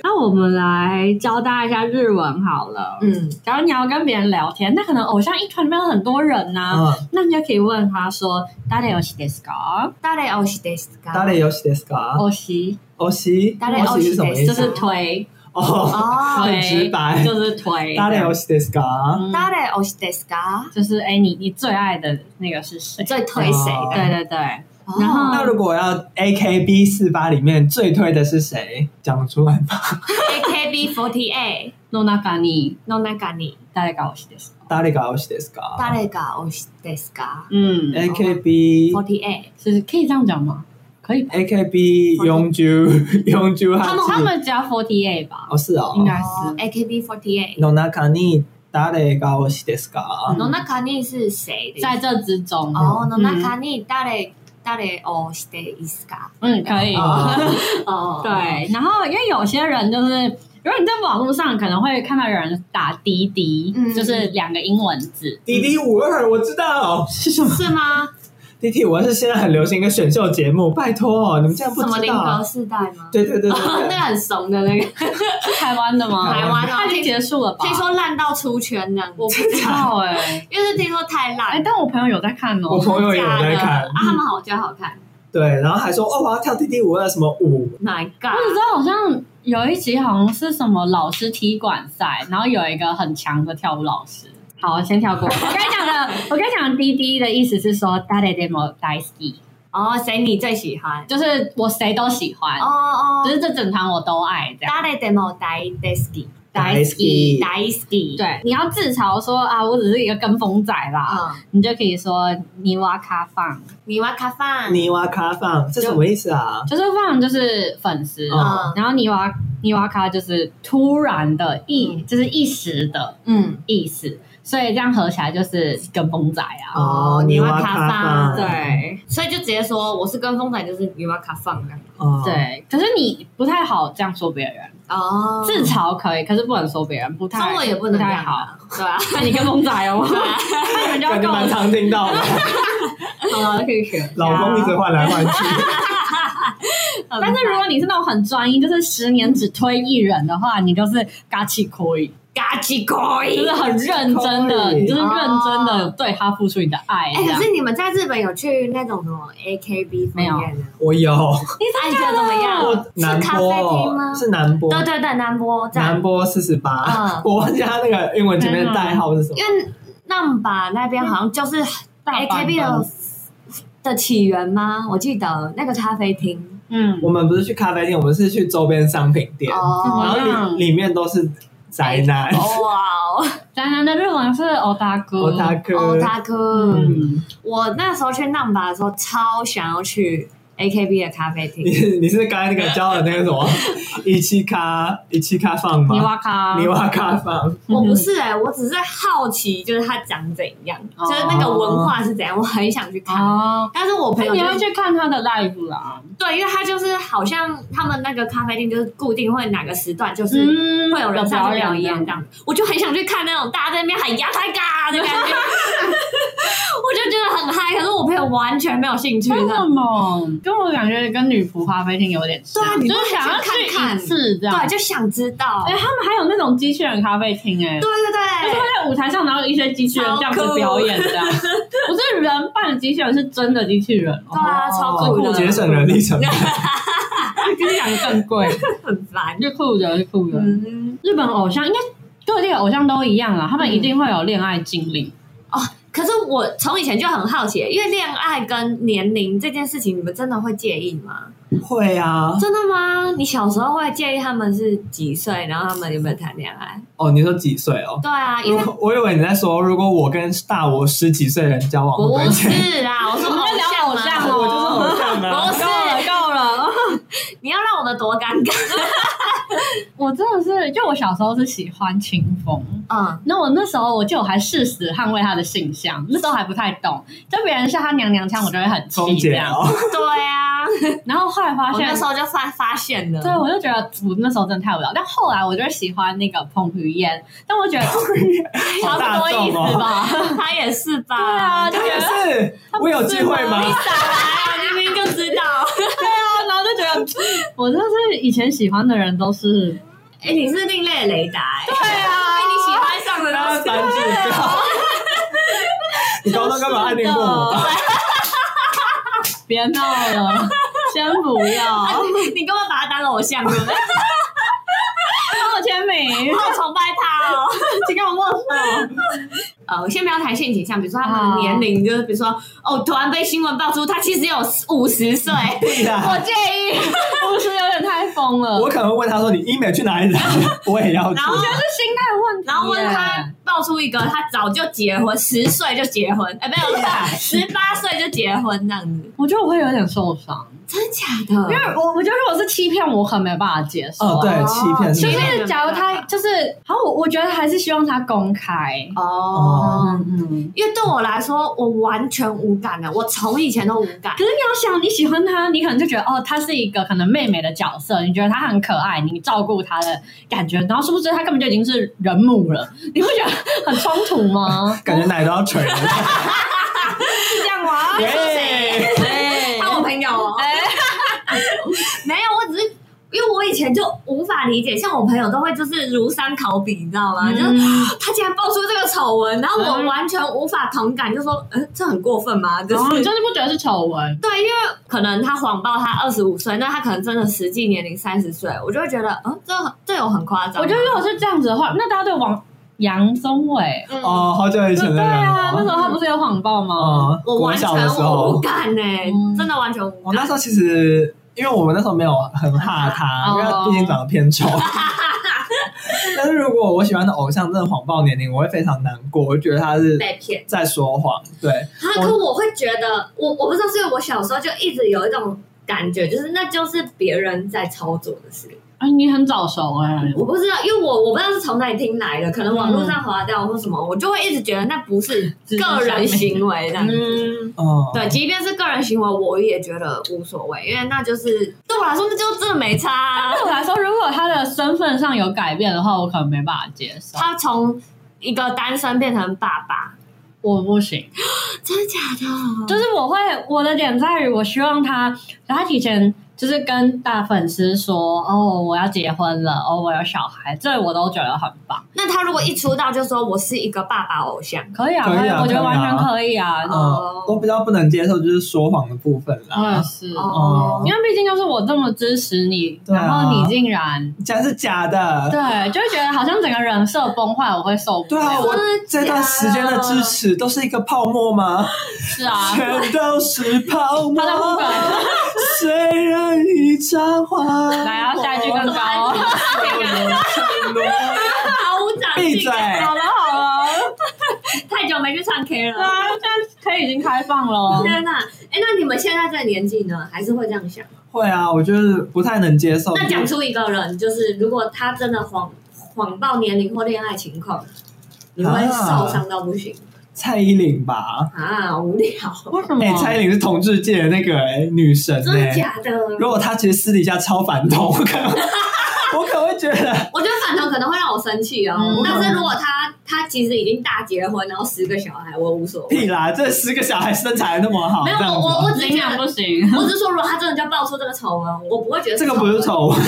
D: 那我们来教大家一下日文好了。
C: 嗯，
D: 假如你要跟别人聊天，那可能偶像一团里面有很多人呐、
E: 嗯，
D: 那你就可以问他说“誰有しですか
C: 大雷欧西德斯嘎，
E: 誰游戏です”，か？
D: 偶西
E: 欧西，
C: 誰推
E: 欧西是什么意
D: 就
E: 思？
D: 是推，
E: 哦，
C: 哦，
D: 推
E: 很直白
D: 就是推。
E: 誰游戏ですか？
D: 嗯
C: 大雷欧西德斯嘎，
D: 就是哎、你你最爱的那个是谁？
C: 最推谁
E: 哦
C: 的？
D: 对对对，然后
E: 那如果要 A K B 四八里面最推的是谁？讲出来吧。
D: 啊
C: AKB forty eight
D: の中に
C: の中に
D: 誰が推しですか
E: 誰が推しですか
D: 啊
C: 誰が推しですか
D: うん。
C: 嗯
E: ？A K B
C: forty eight
D: 是可以这样讲吗？可以吧？
E: A K B 永久永久
D: 他们他
E: 汉字
D: 们加 forty eight 吧，
E: 哦是哦
D: 应。该
C: 哦
D: 是。
C: AKB forty eight
E: の中に誰が推しですか？
C: の中に是谁的意思？
D: 在这之中，
C: 哦，の中に誰誰を推していいですか？
D: 嗯，可以。
E: 哦
C: 哦，
D: *laughs* 对，然后因为有些人就是，如果你在网络上可能会看到有人打滴滴，
C: 嗯
D: 就是两个英文字，
E: D D 五二我知道是什么
C: 是吗？
E: ？D D 五二是现在很流行一个选秀节目，拜托你们这样不
C: 什么
E: 知
C: 林格
E: 道？
C: 世代吗？啊
E: 对对对对
C: 那
E: 对
C: 个很怂的那个，
D: 是台湾的吗？
E: 台
C: 湾的
D: 它已经结束了吧？
C: *laughs* 听说烂到出圈这样子，
D: 我不知道哎、
C: 因为是听说太
D: 哎、
C: 烂，
D: 但我朋友有在看哦、
E: 我朋友也有
C: 假
E: 在
C: 的
E: 看
C: 啊，，他们好就好看
E: 对，然后还说哦我要跳 D D 五二什么舞，
D: 我
C: ，My
D: 只知
C: God，
D: 道好像有一集好像是什么老师踢馆赛，然后有一个很强的跳舞老师。好，先跳过。 *laughs* 我跟你讲的，我跟你讲，滴滴的意思是说 d a d d e mo d a i s k i
C: 哦，谁你最喜欢？
D: 就是我谁都喜欢，
C: 哦哦
D: 就，是这整堂我都爱这样。
C: 誰でも大好き，
E: 大好き
C: 大好き，，
D: 对，你要自嘲说啊，我只是一个跟风仔啦，
C: 嗯，
D: 你就可以说泥瓦卡放，
C: 你玩卡饭，
E: 泥蛙咖放，这什么意思啊？
D: 就是放就是粉丝，
C: 嗯
D: 然后泥瓦泥瓦卡就是突然的一，就是一时的
C: 嗯，
D: 意思，所以这样合起来就是跟风仔啊。
E: 哦，泥蛙咖
C: 哦
E: 放，
D: 对
C: 所以就直接说我是跟风仔，就是你玩卡饭的，
E: 哦，
D: 对，可是你不太好这样说别人，
C: 哦
D: 自嘲可以，可是不能说别人，不太
C: 中文也不能这
D: 太
C: 样
D: 好。
C: 啊，对啊，
D: 那你跟风仔哦，
C: *laughs*
D: 那你们就要
E: 感觉
D: 够
E: 蛮常听到的，
C: 啊
D: 好了，可以学一下
E: 老公一直换来换去，
D: *laughs* 但是如果你是那种很专一，就是十年只推一人的话，你就是嘎气可以，
C: 嘎叽咕
D: 就是很认真的，
E: 可以
D: 你就是认真的对他付出你的爱。
C: 哦哎、
D: 这样
C: 可是你们在日本有去那种什么 AKB
D: 没有
C: 饭店呢？
E: 我有
C: 哎你觉得怎么样？
E: 哦南
C: 是咖啡厅吗
E: 波，？是南波，
C: 对对对，南波
E: 南
C: 站，
E: 波四十八
C: 嗯，
E: 我忘记他那个英文前面的代号是什么。
C: 因为浪吧那边好像就是
D: 大阪
C: AKB 哎的的起源吗？我记得那个咖啡厅
D: 嗯，
E: 我们不是去咖啡店，我们是去周边商品店，然
C: 哦，
E: 后里里面都是宅男、
C: 哇哦，
D: 宅男的日文是欧大哥，
E: 欧他
C: 哦
E: 哥，
C: 大哥，
D: 嗯，
C: 我那时候去浪吧的时候，超想要去 AKB 的咖啡
E: 你
C: 厅。
E: 是你是刚才那个教的那个什
C: *laughs*
E: 么一七咖一七咖
C: 嗯
E: 放
D: 尼
E: 吗？
D: 瓦卡，
E: 泥蛙咖放，
C: 我不是哎、我只是好奇，就是它长怎样，
D: 哦
C: 就是那个文化是怎样，我很想去看。
D: 哦，
C: 但是我朋
D: 那
C: 友
D: 你
C: 就
D: 要去看他的 live 啦，
C: 对，因为他就是好像他们那个咖啡店就是固定会哪个时段就是
D: 嗯，
C: 会有人上去表演啊
D: 演
C: 这样，我就很想去看那种大家在那边喊牙太嘎的感觉， *laughs* 我就觉得很嗨。可是我朋友完全没有兴趣
D: 为什
C: 的，
D: 么？跟我感觉跟女仆咖啡厅有点像，
C: 对啊你
D: 就是想要去
C: 会想看看
D: 一次这样。
C: 对，就啊想知道
D: 哎、。他们还有那种机器人咖啡厅、哎，
C: 对对
D: 就是
C: 对
D: 会，在舞台上，然后有一些机器人这样子表演，这
C: *laughs*
D: 样不是人扮的机器人，是真的机器人哦，
C: 对啊，超酷
E: 哦
C: 的，
E: 节省人力成本。
C: *laughs*
D: 就是两个更贵，
C: 很烦。
D: 是酷的，是酷的。
C: 嗯，
D: 日本偶像应该各地的偶像都一样啊，他们一定会有恋爱经历，
C: 可是我从以前就很好奇，因为恋爱跟年龄这件事情，你们真的会介意吗？
E: 会啊，
C: 真的吗？你小时候会介意他们是几岁，然后他们有没有谈恋爱？
E: 哦，你说几岁哦？
C: 对啊，因
E: 如
C: 为
E: 果我以为你在说，如果我跟大我十几岁的人交往，会不
C: 不
E: 会介意？
C: 是啦，我说
D: 我们 *laughs* 在聊哦
C: 偶
D: 偶
C: 像
D: 像
C: 啊
D: 哦
E: *laughs* 我就是偶像啊
C: 不！是
D: 够了，够了。
C: 你要让我们多尴尬。
D: 我真的是，就我小时候是喜欢清风，
C: 嗯，
D: 那我那时候我就还誓死捍卫他的性向，那时候还不太懂，就别人是他娘娘腔，我就会很
E: 空
D: 气这
E: 姐
D: 样。
E: 哦，
C: 对啊，
D: 然后后来发
C: 我
D: 现
C: 那时候就发发现了。
D: 对，我就觉得我那时候真的太无聊。但后来我就喜欢那个彭于晏，但我觉得
E: 好
D: *laughs* 差
E: 大
D: 不多意
E: 众
D: 思
E: 哦！
D: 吧。
C: 他也是吧？
D: 对啊，就
E: 他
D: 觉
E: 也
D: 得
E: 是，
C: 啊
E: 我有机会吗
D: 你？
C: 傻啦，
D: 啊
C: 明明就知道。 *laughs*
D: 然后就觉得我就是以前喜欢的人都是
C: 哎、你是另类雷达、欸。对啊，被你喜欢上的
E: 他
C: 都
E: 是
C: 是。
D: 啊
C: 啊 *laughs*
E: 反指标。你高中干嘛暗恋过
C: *laughs*
E: 我？
D: 别闹了，先不
C: *laughs*
D: 要，帮
C: 啊你根本把他当偶像了，你
D: 我签名，
C: 好崇拜他哦。 *laughs*
D: 请给我握手。
C: 呃，先不要谈性倾向，比如说他们
D: 啊
C: 的年龄，就是比如说哦，突然被新闻爆出他其实有五十岁， *laughs*
E: 对的。
C: 我介意。
D: 不是有点太疯了，
F: 我可能会问他说：“你医美去哪里打？”我也要去？
C: 然。后
D: 这是心态问题耶。
C: 然后问他爆出一个他早就结婚，十岁就结婚，哎、没有，十八岁就结婚这样子，
D: 我觉得我会有点受伤，
C: 真假的？
D: 因为我我觉得如果是欺骗，我很没办法接受。啊
E: 哦，对，欺骗
D: 就
E: 你
C: 欺骗
D: 是假如他就是好，我我觉得还是希望他公开。
C: 哦。
D: 嗯，
C: 因为对我来说，我完全无感的，我从以前都无感。
D: 可是你要想你喜欢他，你可能就觉得哦，他是一个可能妹妹的角色，你觉得他很可爱，你照顾他的感觉，然后是不是他根本就已经是人母了？你会觉得很冲突吗
F: 感觉奶都要垂了。
D: 是这样吗？
F: 耶！
D: 对
C: 看我朋友哦，
D: 哎，
C: 没有，我只是因为我以前就无法理解，像我朋友都会就是如山考比，你知道吗？就是他竟然爆出这个丑闻，然后我
D: 嗯
C: 完全无法同感，就说，嗯，这很过分吗？就
D: 然后
C: 是
D: 你就是不觉得是丑闻？
C: 对，因为可能他谎报他二十五岁，那他可能真的实际年龄三十岁，我就会觉得，嗯，这这有很夸张吗。
D: 我觉得如果是这样子的话，那大家对王杨宗纬，
C: 嗯
F: 哦，好久以前
D: 对
F: 的人
D: 啊，
E: 哦
D: 那时
F: 了。
D: 候他不是有谎报吗？
F: 哦，
C: 我
F: 国
C: 完全
F: 小的时
C: 无
F: 候，哦
C: 感呢、
D: 嗯
C: 真的完全无
E: 我哦
C: 感。
E: 那时候其实，因为我们那时候没有很怕他，因为他毕竟长得偏
D: *laughs*
E: 丑。但是如果我喜欢的偶像真的谎报年龄，我会非常难过，我会觉得他是
C: 被骗
E: 在说谎。对，
C: 啊！可我会觉得，我我不知道，是因为我小时候就一直有一种感觉，就是那就是别人在操作的事。
D: 哎，你很早熟哎，
C: 我不知道，因为我我不知道是从哪里听来的，可能网络上划掉或什么，我就会一直觉得那不是
D: 只是
C: 个人行为这样子。
D: 嗯，
E: 嗯，
C: 对，即便是个人行为，我也觉得无所谓，因为那就是对我来说，那就真的没差啊、 *laughs*
D: 对我来说，如果他的身份上有改变的话，我可能没办法接受，
C: 他从一个单身变成爸爸，
D: 我不行。
C: 真的假的？
D: 就是我会我的点在于，我希望他他提前就是跟大粉丝说，哦，我要结婚了，哦，我有小孩，这我都觉得很棒，
C: 那他如果一出道就说我是一个爸爸偶像，
D: 可以啊，
E: 可以啊
D: 我
E: 可
D: 觉得
E: 以啊
D: 完全可以啊。
E: 嗯，我比较不能接受就是说谎的部分
D: 我也
E: 啦。
D: 嗯是，
C: 哦
E: 哦，
D: 因为毕竟就是我这么支持你，
E: 对啊
D: 然后你竟然
E: 竟然是假的，
D: 对，就会觉得好像整个人设崩坏，我会受不
E: 对啊，
D: 了。
E: 我这段时间的支持都是一个泡沫吗？
D: 是啊，
E: 全都是泡沫
D: 他在呼。梗，
E: 虽然已沾花，
D: 来啊，下一句更 *laughs* 高。啊
C: 毫无长
E: 闭
C: 进
E: 嘴！
C: 啊，
D: 好了好了，
C: 太久没去唱 K
D: 对
C: 了。
D: 啊，现在可以已经开放了。
C: 天呐，哎，那你们现在这个年纪呢，还是会这样想？
E: 会啊，我就是不太能接受。
C: 那讲出一个人，就是如果他真的谎谎报年龄或恋爱情况，你会受伤到不行
E: 啊蔡依林吧？
C: 啊！无聊，
D: 为什么？
E: 哎、蔡依林是同志界的那个、哎女神
C: 嗯真
E: 哎、
C: 的假的？
E: 如果她其实私底下超反动，我可
C: *laughs*
E: 能我可能会觉得，
C: 我觉得反同可能会让我生气哦，
D: 嗯
C: 但是如果他他其实已经大结婚，然后十个小孩，我无所谓。
E: 屁啦，这十个小孩身材那么好，
C: 没有，
E: 这样
C: 我
E: 子
C: 我我只
D: 怎
C: 是觉
D: 样啊不
C: 得，
D: 行？
C: 我只是说，如果他真的就爆出这个丑闻，我不嗯会觉得
E: 这个不是
C: 闻，
E: 丑闻，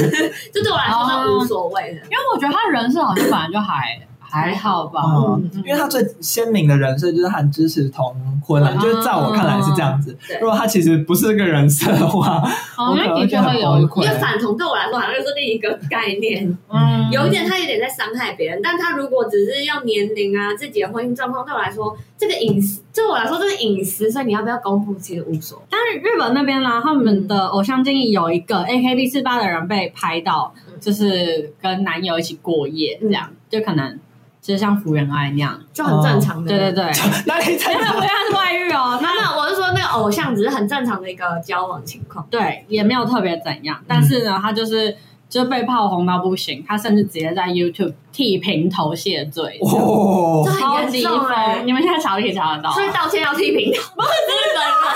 C: 这对我来说
D: 哦
C: 是无所谓的。
D: 因为我觉得他人设好像本来就还还好吧。
E: 嗯
C: 嗯
E: 因为她最鲜明的人设就是她很支持同婚啊，
D: 嗯
E: 就是在我看来是这样子
C: 对。
E: 如果她其实不是个人设的话，
D: 哦，
E: 我可
D: 那
E: 能
D: 的
E: 会
D: 确
E: 觉得
D: 会
E: 很
D: 有
E: 崩
D: 一
E: 溃
C: 因为反同对我来说好像又是另一个概念，
D: 嗯
C: 有一点他有点在伤害别人，但他如果只是要年龄啊、自己的婚姻状况，对我来说，这个隐私对我来说这是隐私，所以你要不要公布其实无所谓。
D: 但是日本那边啦，他们的偶像经理有一个 AKB 四八的人被拍到，
C: 嗯
D: 就是跟男友一起过夜，这样、就可能就像福原爱那样。
C: 就很正常的，
D: 哦对对。
E: *laughs*
D: *laughs* 对，
E: 哪里在
D: 因为福原爱是外遇哦，
C: 没
D: 那
C: 有没有，我是说那个偶像只是很正常的一个交往情况。
D: 对也没有特别怎样，但是呢，他就是。就被炮轰到不行，他甚至直接在 YouTube 剃平头谢罪，
E: 哦 *laughs*
C: 这，很
D: 超
C: 严
D: 级
C: 重哎
D: 疯！你们现在查可以查得到啊，
C: 所以道歉要批评哦 *laughs* 他，不是日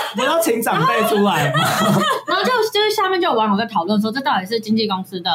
C: 本人。
E: 我要请长辈出来吗？
D: 然后就就是下面就有网友在讨论说，这到底是经纪公司的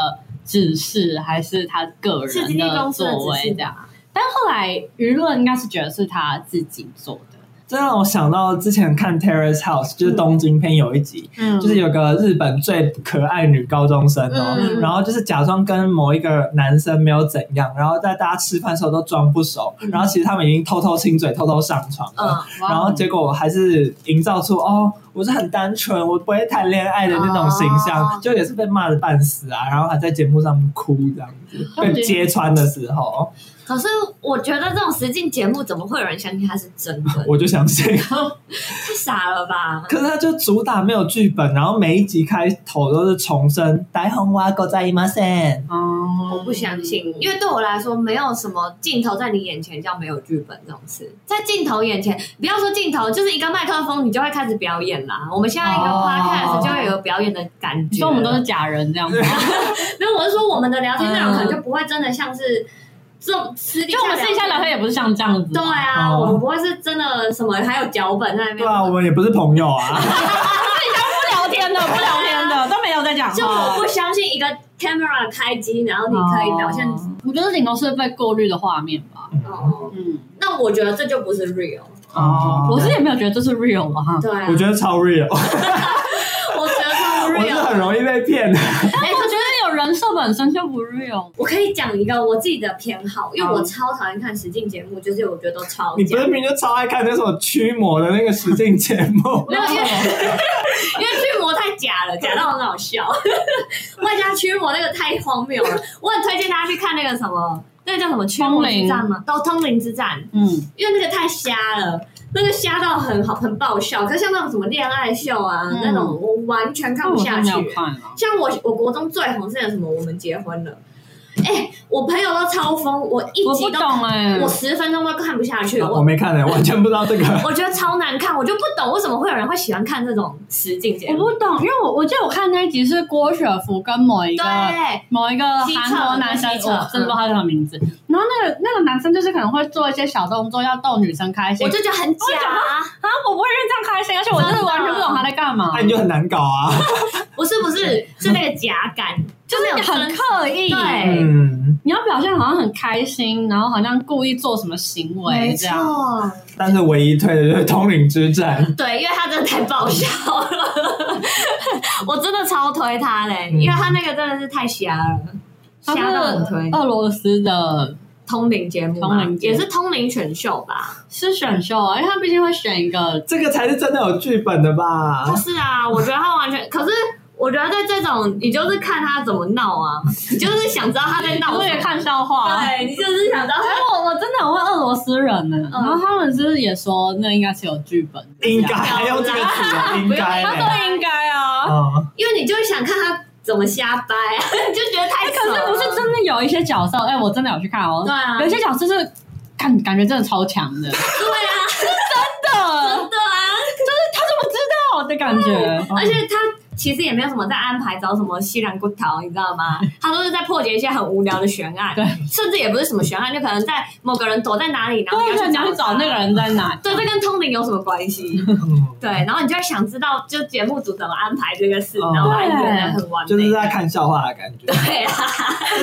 D: 指示，还是他个
C: 是
D: 人
C: 经纪公司的
D: 作
C: 指
D: 为
C: 示
D: 这样？但后来舆论应该是觉得是他自己做的，
E: *laughs* 这让我想到之前看《Terrace House》，就是东京篇有一集，
D: *laughs* 嗯
E: 就是有个日本最可爱女高中生哦，
C: 嗯
E: 然后就是假装跟某一个男生没有怎样，然后在大家吃饭的时候都装不熟，然嗯后其实他们已经偷偷亲嘴、偷偷上床了，
C: 嗯，
E: 然后结果还是营造出哦，我是很单纯，我不会谈恋爱的那种形象，
C: 哦
E: 就也是被骂的半死啊，然后还在节目上哭这样子，
D: 我觉得
E: 被揭穿的时候，
C: 可是我觉得这种实境节目怎么会有人相信他是真的？
E: 我就相信。
D: 哦
C: *laughs* 太傻了吧！
E: *laughs* 可是他就主打没有剧本，然后每一集开头都是重申“白红蛙狗在伊马森
D: 哦
C: 我不相信，因为对我来说，没有什么镜头在你眼前叫没有剧本这种事。在镜头眼前，不要说镜头，就是一个麦克风，你就会开始表演啦。我们现在一个
D: 哦
C: podcast 就会有表演的感
D: 你
C: 觉。
D: 说我们都是假人这样吗？
C: 没有，我是说我们的聊天内容可能就不会真的像是这种私底
D: 就我们私底下聊天也不是像这样子。
C: 对啊，
E: 哦
C: 我们不会是真的什么还有脚本在那”。边。
E: 对啊，我们也不是朋友啊。
D: 不聊天的，不聊天的，都没有在讲话。
C: 就我不相信一个 camera 开机，然后你可以表现。
D: 哦我觉得顶多是被过滤的画面吧。
C: 哦，
D: 嗯，
C: 那我觉得这就不是 real。
E: 哦
D: 我是也没有觉得这是 real 啊。
C: 对啊，
E: 嗯我觉得超 real，
C: 我觉得它不
E: 我
C: real
E: 是。很容易被骗的。
C: 哎，
D: 我
C: 我
D: 觉得有人设本身就不 real。
C: 我可以讲一个我自己的偏好，因为我超讨厌看实境节目，就是我觉得都超
E: 你不
C: 假。？
E: 是明明就超爱看那什么驱魔的那个实境节目
C: 没有，因为因为驱魔太假了，假到很好笑。 *laughs* 外加驱魔那个太荒谬了，我很推荐大家去看那个什么，那个叫什么驱魔之战吗？到通灵之战，
D: 嗯，
C: 因为那个太瞎了，那个瞎到很好很爆笑。可是像那种什么恋爱秀啊，
D: 嗯
C: 那种我完全看
D: 那
C: 不
D: 我
C: 下
D: 是
C: 去
D: 没。有看啊。
C: 像我，我国中最红是那什么？我们结婚了。哎、我朋友都超疯，我一
D: 我
C: 集
D: 不
C: 都
D: 懂嗯哎、
C: 我十分钟都看不下去，
E: 我
C: *laughs* 我哦
E: 没看呢、完全不知道这个。
C: 我觉得超难看，我就不懂为什么会有人会喜欢看这种实境节
D: 我
C: 目。
D: 不懂，因为我我记得我看那一集是郭雪芙跟某一个
C: 对，
D: 某一个韩国男生，
C: 西侧
D: 我真的不知道他叫什么名
C: 嗯
D: 字。然后那个那个男生就是可能会做一些小动作，要逗女生开心。
C: 我
D: 啊，
C: 就觉得很假啊。
D: 我不会认真开心，而且我真的完全不懂他在干嘛
E: 那、，你就很难搞啊。
C: 不是不是，是那个假感，
D: 就
C: 没有
D: 是很
C: 真
D: 刻意。
C: 对
E: 嗯，
D: 你要表现好像很开心，然后好像故意做什么行为这样。
C: 错，
E: 但是唯一推的就是通灵之
C: *laughs*
E: 战。
C: 对，因为他真的太爆笑了，我真的超推他嘞，因为他那个真的是太瞎了，
D: 他
C: 瞎到很
D: 是。
C: 推
D: 俄罗斯的，
C: 通灵节目嘛，
D: 通灵节目
C: 也是通灵选秀吧？
D: 是选秀啊，因为他毕竟会选一个，
E: 这个才是真的有剧本的吧
C: 不？是啊，我觉得他完全，可是我觉得在这种，你就是看他怎么闹啊，你就是想知道他在闹
D: 我
C: 什
D: 也
C: 么。
D: 看笑话啊。
C: 对，你就是想知道
D: 哎，我我真的很会俄罗斯人呢、然后他们是不是也说那应该是有剧本？
E: 应该还用这个词、啊，应该、
D: 他
E: 欸。
D: 说应该啊。
E: 嗯，
C: 因为你就想看他怎么瞎掰、啊，你就觉得太
D: 哎，
C: 扯
D: 可
C: 了、
D: 是不是真的有一些角色？哎、我真的有去看哦
C: 对。啊，
D: 有一些角色是感感觉真的超强的，
C: *laughs* 对啊，
D: 的
C: 真的啊。
D: 好啊的感觉。
C: 而且他其实也没有什么在安排找什么西兰骨头，你知道吗？他都是在破解一些很无聊的悬案，
D: 对
C: 甚至也不是什么悬案，就可能在某个人躲在哪里，然后
D: 对，你
C: 你
D: 要
C: 要
D: 去找那个。人在哪？
C: 对，这跟通灵有什么关系？
E: 嗯
C: 对，然后你就会想知道，就节目组怎么安排这个事，
E: 哦
C: 然后来演的很完美。
E: 就是在看笑话的感觉，
C: 对啊，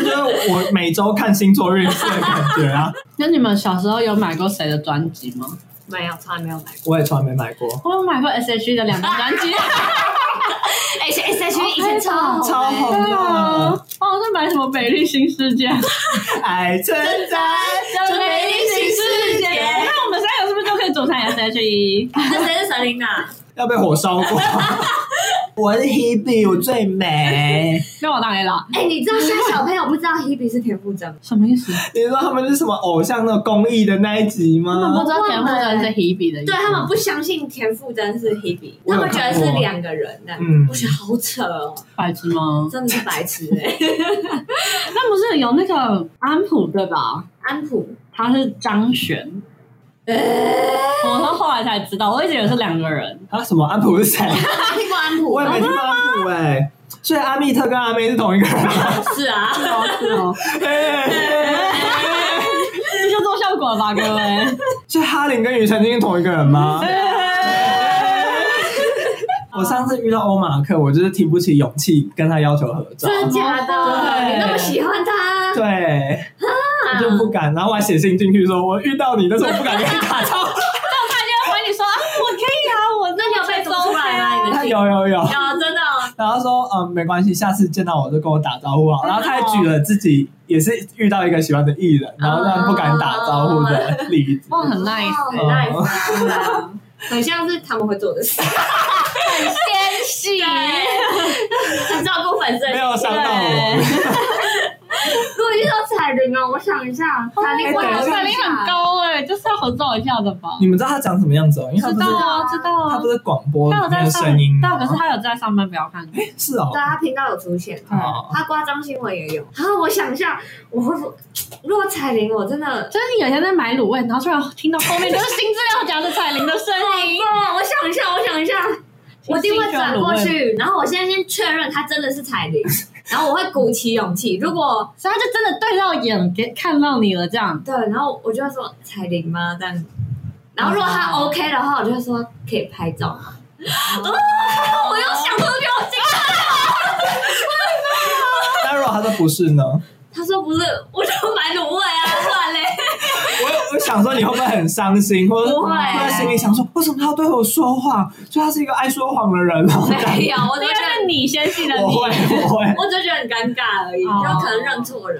E: 就是我每周看星座运势的感觉啊。
D: 那你们小时候有买过谁的专辑吗？
C: 没有，从来没有买过。
E: 我也从来没买过，
D: 我有买过 S.H.E 的两张专辑，
C: 哎，S S H 以前超红
E: 超红
D: 对啊，
E: 的，
D: *laughs* 哦，我是买什么《美丽新世界》《
E: 爱存在。
C: 美丽新世界
D: 哎那我们三个是不是就可以组成 S.H.E？
C: 那谁是神灵啊？
E: 要被火烧过。我是 Hebe，我最美。
D: 那我当然了，
C: 哎，你知道现在小朋友不知道 Hebe 是田馥甄吗？
D: 什么意思？
E: 你知道他们是什么偶像的公益的那一集
D: 他们 *laughs* 不
E: 吗？
D: 知道田馥甄是 Hebe 的意思
C: 对
D: 吗，
C: 他们不相信田馥甄是 Hebe，
E: 我
C: 他
E: 有
C: 们觉得
E: 看
C: 是
E: 过
C: 两个人的。
E: 嗯
C: 我觉得好扯哦，
D: 白痴吗？
C: 真的是白痴哎、
D: 那不是有那个安普对吧？
C: 安普，
D: 他是张悬，
C: 哎、
D: 我是后来才知道，我一直以为是两个人。
E: 啊，什么安普是谁？
C: 他听过安普
E: 我也没
C: 吗？
E: 听过安普哎、所以阿密特跟阿妹是同一个人。
C: 是啊，
D: 是哦，是哦，
E: 哎
D: 这就做效果了吧，各位。
E: 所以哈林跟庾澄庆是同一个人吗？ *laughs* 我上次遇到欧马克，我就是提不起勇气跟他要求合照。
C: 真的假的？
E: 对
C: 你那么喜欢他？哦
E: 对，我
C: 啊
E: 就不敢，然后我还写信进去说，我遇到你，但是我不敢跟你打招呼。
D: 他就回你说啊，我可以啊，我
C: 那你有被读出来吗？你的
E: 他
C: 信
E: 有有有，
C: 有真的哦
E: 然后说，嗯，没关系，下次见到我就跟我打招呼啊。然后他还举了自己也是遇到一个喜欢的艺人，然后让不敢打招呼的例子。
D: 哇，很
C: 哦
D: nice，
C: 很 nice，啊很像是他们会做的事。 *laughs*
D: 很纤细，
C: 很照顾粉丝。
E: 没有伤到我。
C: 如果遇到彩铃啊，我想一下，彩铃
D: 哇
C: 哎我想一下
D: 能力很，高哎、就是要合照一下的吧？
E: *laughs* 你们知道他长什么样子哦？因为他
D: 知
E: 不是
D: 道啊，知道
E: 他
D: 啊
E: 不。是广播
D: 他有
E: 里面
D: 在
E: 的
D: 上
E: 哦声音
D: 但
E: 吗？
D: 可是他有在上班，不要 *laughs* 看。
E: 是哦
C: 对，他频道有出现，
E: 哦
C: 他夸张新闻也有。然后我想一下，我会不？如果彩铃，我真的。
D: 就是你有一天在买卤味，然后突然听到后面就是新资料夹的彩铃的声 *laughs* 音，
C: 哇！我想一下，我想一下，我一定会转过去。然后我现在先确认他真的是彩铃，然后我会鼓起勇气。如果
D: 所以他就真的对到眼给看到你了，这样。
C: 对，然后我就会说彩铃吗？这样。然后如果
D: 啊
C: 他 OK 的话，我就会说可以拍照吗？啊！我又想出去，我惊讶。
E: 那如果他说不是呢？
C: 他说不是，我就买卤味啊，算嘞。
E: 我我想说你会不会很伤心，或者
C: 不会
E: 在心里想说为什么他要对我说谎？所以他是一个爱说谎的人
D: *laughs*
E: 哦。
C: 没有，我
D: 应
C: 就
D: 该
C: 觉
D: 是
C: 得，
D: 啊你先信了
E: 我
D: 你，
E: 会我
D: *laughs*
E: 会，
C: 我就觉得很尴尬而已，
D: 哦
C: 就可能认错人。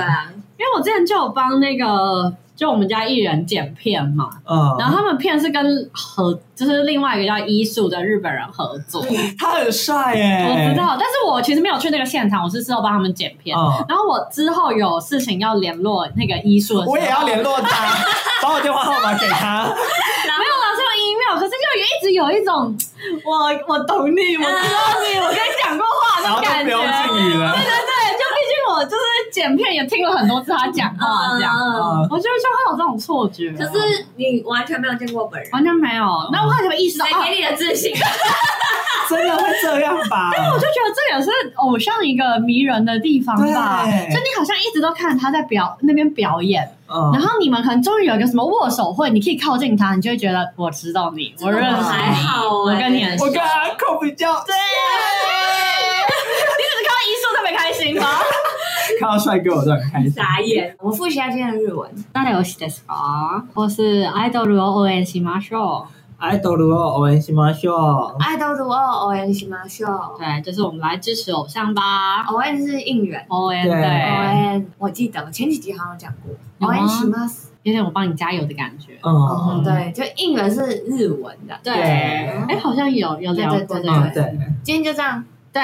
E: 嗯
C: 啊，
D: 因为我之前就有帮那个就我们家艺人剪片嘛，然
E: 嗯，
D: 后他们片是跟合就是另外一个叫医术的日本人合作，
E: 他很帅
D: 我
E: 耶
D: 知，道，但是我其实没有去那个现场，我是事后帮他们剪片。
E: 嗯，
D: 然后我之后有事情要联络那个医术的时候，
E: 我也要联络
D: *laughs*
E: 他，把我电话号码给他。
D: 没有老师用 email，可是就一直有一种 *laughs* 嗯我我懂你，我知道 *laughs* 你，我跟你讲过话
E: 然后
D: 的
E: 就
D: 感
E: 不
D: 觉。
E: 用
D: 对 *laughs*
E: 敬语了。
D: 对，就毕竟我就是剪片也听了很多次他讲话哦这样，
E: 嗯
D: 我觉得啊就会有这种错觉。
C: 嗯可是你完全没有见过本人，
D: 完全没有，那我有意识到，
C: 谁
D: 哦
C: 给你的自信？
E: 真的会这样
D: *laughs*
E: 吧？
D: 我就觉得这也是偶像一个迷人的地方吧。
E: 对
D: 就你好像一直都看他在表那边表演，然
E: 嗯，
D: 后你们可能终于有一个什么握手会，你可以靠近他，你就会觉得我知道你，我认识
C: 我还
D: 你，
C: 好
D: 我
C: 欸
D: 跟你很
E: 我
D: 熟。
E: 跟阿扣比较
D: 对， *laughs* 你只是看到医术特别开心吗？
E: 看到帅哥我都很开
D: 啊
E: 心。
C: 傻眼！我复习一下今天的日文。
D: 那游戏ですか？啊或是アイドルを応援しましょ
E: 爱豆的哦，応援しましょう。
C: 爱豆如二 O N 行吗？秀
D: う。
C: O
D: 对，就是我们来支持偶像吧。
C: N 是应援
D: 応援
E: 对
C: ，O
D: 对，
C: N 我记得前几集好像有讲过
D: 有
C: ，O
D: 吗
C: N 行吗？
D: 有点我帮你加油的感觉。
E: 嗯
C: 哦，对，就应援是日文的。
D: 对，
E: 对
D: 哎，好像有有聊过
C: 对对对
D: 这个
E: 嗯，对，
C: 今天就这样，
D: 对，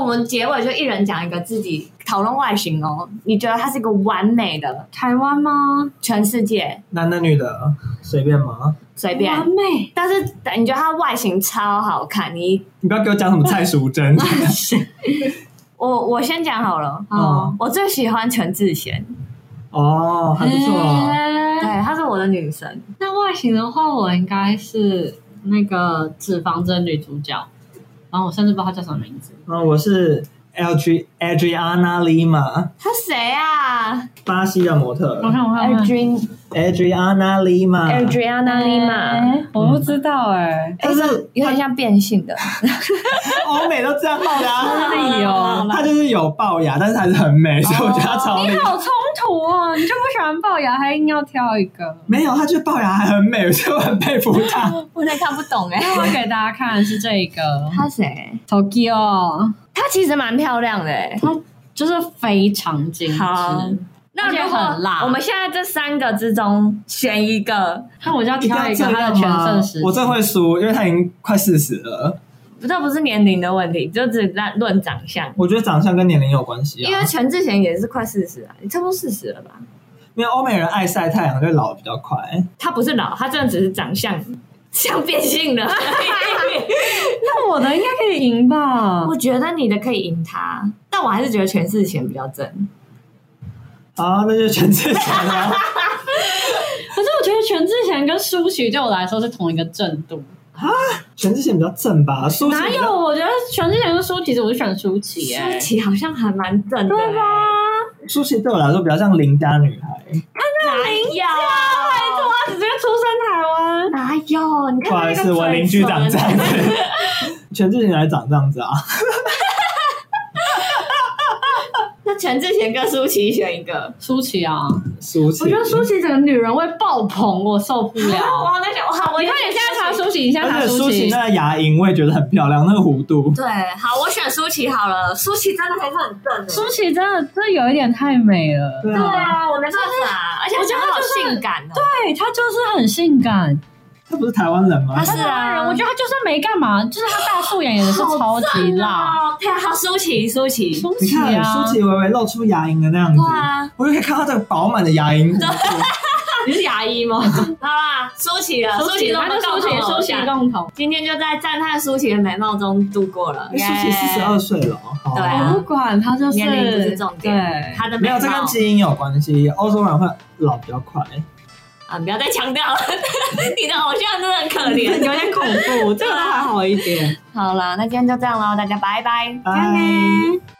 C: 我们结尾就一人讲一个自己讨论外形哦。你觉得它是一个完美的
D: 台湾吗？
C: 全世界
E: 男的女的随便吗？
C: 随
D: 完
C: 便，
D: 美，
C: 但是你觉得它外形超好看，你
E: 你不要给我讲什么蔡淑
D: *laughs*
E: 珍。
C: 我我先讲好了。
D: 哦，
C: 我最喜欢全智贤，
E: 哦，还不错。
C: 对，
D: 诶
C: 她是我的女神。
D: 那外形的话，我应该是那个《脂肪真》女主角，然后我甚至不知道她叫什么名字。
E: 嗯，我是 L G Adriana Lima，
C: 她谁啊
E: 巴西的模特
D: 我看，我看我看
C: ？Adrian
E: Adriana
C: 嗯
E: Lima。
C: Adriana Lima，
D: 诶我不知道哎，
E: 哎，是
C: 有点像变性的。
E: 欧美都这样报的
D: *laughs*
E: 啊。
D: 哎呦，
E: 她就是有龅牙，但是还是很美，所以我觉得她超
D: 你
E: 美。
D: 好冲突哦！你就不喜欢龅牙，还硬要挑一个。
E: 没有，她就是龅牙还很美，所以我很佩服她。
D: *laughs*
C: 我真的看不懂哎、
D: 那我给大家看的是这个
C: 她谁？
D: Tokyo，
C: 她其实蛮漂亮的哎、
D: 就是非常精致。
C: 好那如
D: 而且
C: 果
D: 很辣
C: 我们现在这三个之中选一个，
D: 那我就要挑一个他的全盛时期。
C: 啊
E: 我真会输，因为他已经快四十了。
C: 这不是年龄的问题，就只论论长相。
E: 我觉得长相跟年龄有关系
C: 因为
E: 啊，
C: 全智贤也是快四十啊，你差不多四十了吧？
E: 因为欧美人爱晒太阳，就老得比较快。
C: 她不是老，她真的只是长相像变性的。
D: 那我的应该可以赢吧？
C: 我觉得你的可以赢她，但我还是觉得全智贤比较正。
E: 好，啊那就全智贤啊
D: *laughs*
E: 了。
D: 可是我觉得全智贤跟舒淇对我来说是同一个正度。
E: 全智贤比较正吧？苏
D: 哪有？我觉得全智贤跟舒淇，其实我就选舒淇哎耶、
C: 舒淇好像还蛮正的、对吧？
E: 舒淇对我来说比较像邻家女孩，
C: 哪
D: 哎
C: 有？
D: 哇，啊直接出生台湾，
C: 哪有？你
E: 不
C: 看
E: 好意
C: 那个
E: 思，我
C: 嘴
E: 邻居
C: 唇
E: 长这样子。 *laughs* 全智贤才长这样子啊？
C: 那全智贤跟舒淇选一个。
D: 舒淇啊！
E: 舒淇，
D: 我觉得舒淇整个女人味爆棚，我受不
C: 啊
D: 了。
C: 我在想，哇，我
D: 哦你快点，现在查舒淇，你现在
E: 而
D: 查
E: 且舒淇
D: 淇。
E: 那个牙龈我也觉得很漂亮，那个弧度。
C: 对，好，我选舒淇好了。舒淇真的还是很正的。
D: 舒淇真的，这有一点太美了。
E: 对啊
C: 对，啊，我没办法，而且
D: 我觉得
C: 她好
D: 就是
C: 性感哦。
D: 对，她就是很性感。
E: 他不是台湾人吗
A: 他？是
D: 台湾人，
A: 啊
D: 我觉得他就算没干嘛，就是他大素颜也是超级辣。
C: 哦，对啊，好舒淇，舒淇，
D: 舒
E: 你
D: 淇
E: 看
D: 啊，
E: 舒淇微微露出牙龈的那样子，
C: 哇，
E: 我就可以看到这个饱满的牙龈弧度。
C: 你是牙医吗？好啦，舒淇了，
D: 舒淇，
C: 我
D: 他
C: 们
D: 就
C: 共
D: 舒淇，
C: 同
D: 舒
C: 偶
D: 淇
C: 像
D: 共同。
C: 今天就在赞叹舒淇的美貌中度过了
E: 因为。舒淇哎四十二岁了哦，好
C: 对啊
D: 我不管他就是
C: 年龄不是重点，
D: 对，
C: 她的
E: 没
C: 美
E: 有
C: 貌
E: 这跟基因有关系，欧洲人会老比较快。
C: 啊，不要再强调了， *laughs* 你的偶像真的很可怜，
D: 有点恐怖，这个
C: 对
D: 都
C: 啊
D: 还好一点。
A: 好啦，那今天就这样喽，大家拜拜。
E: 拜。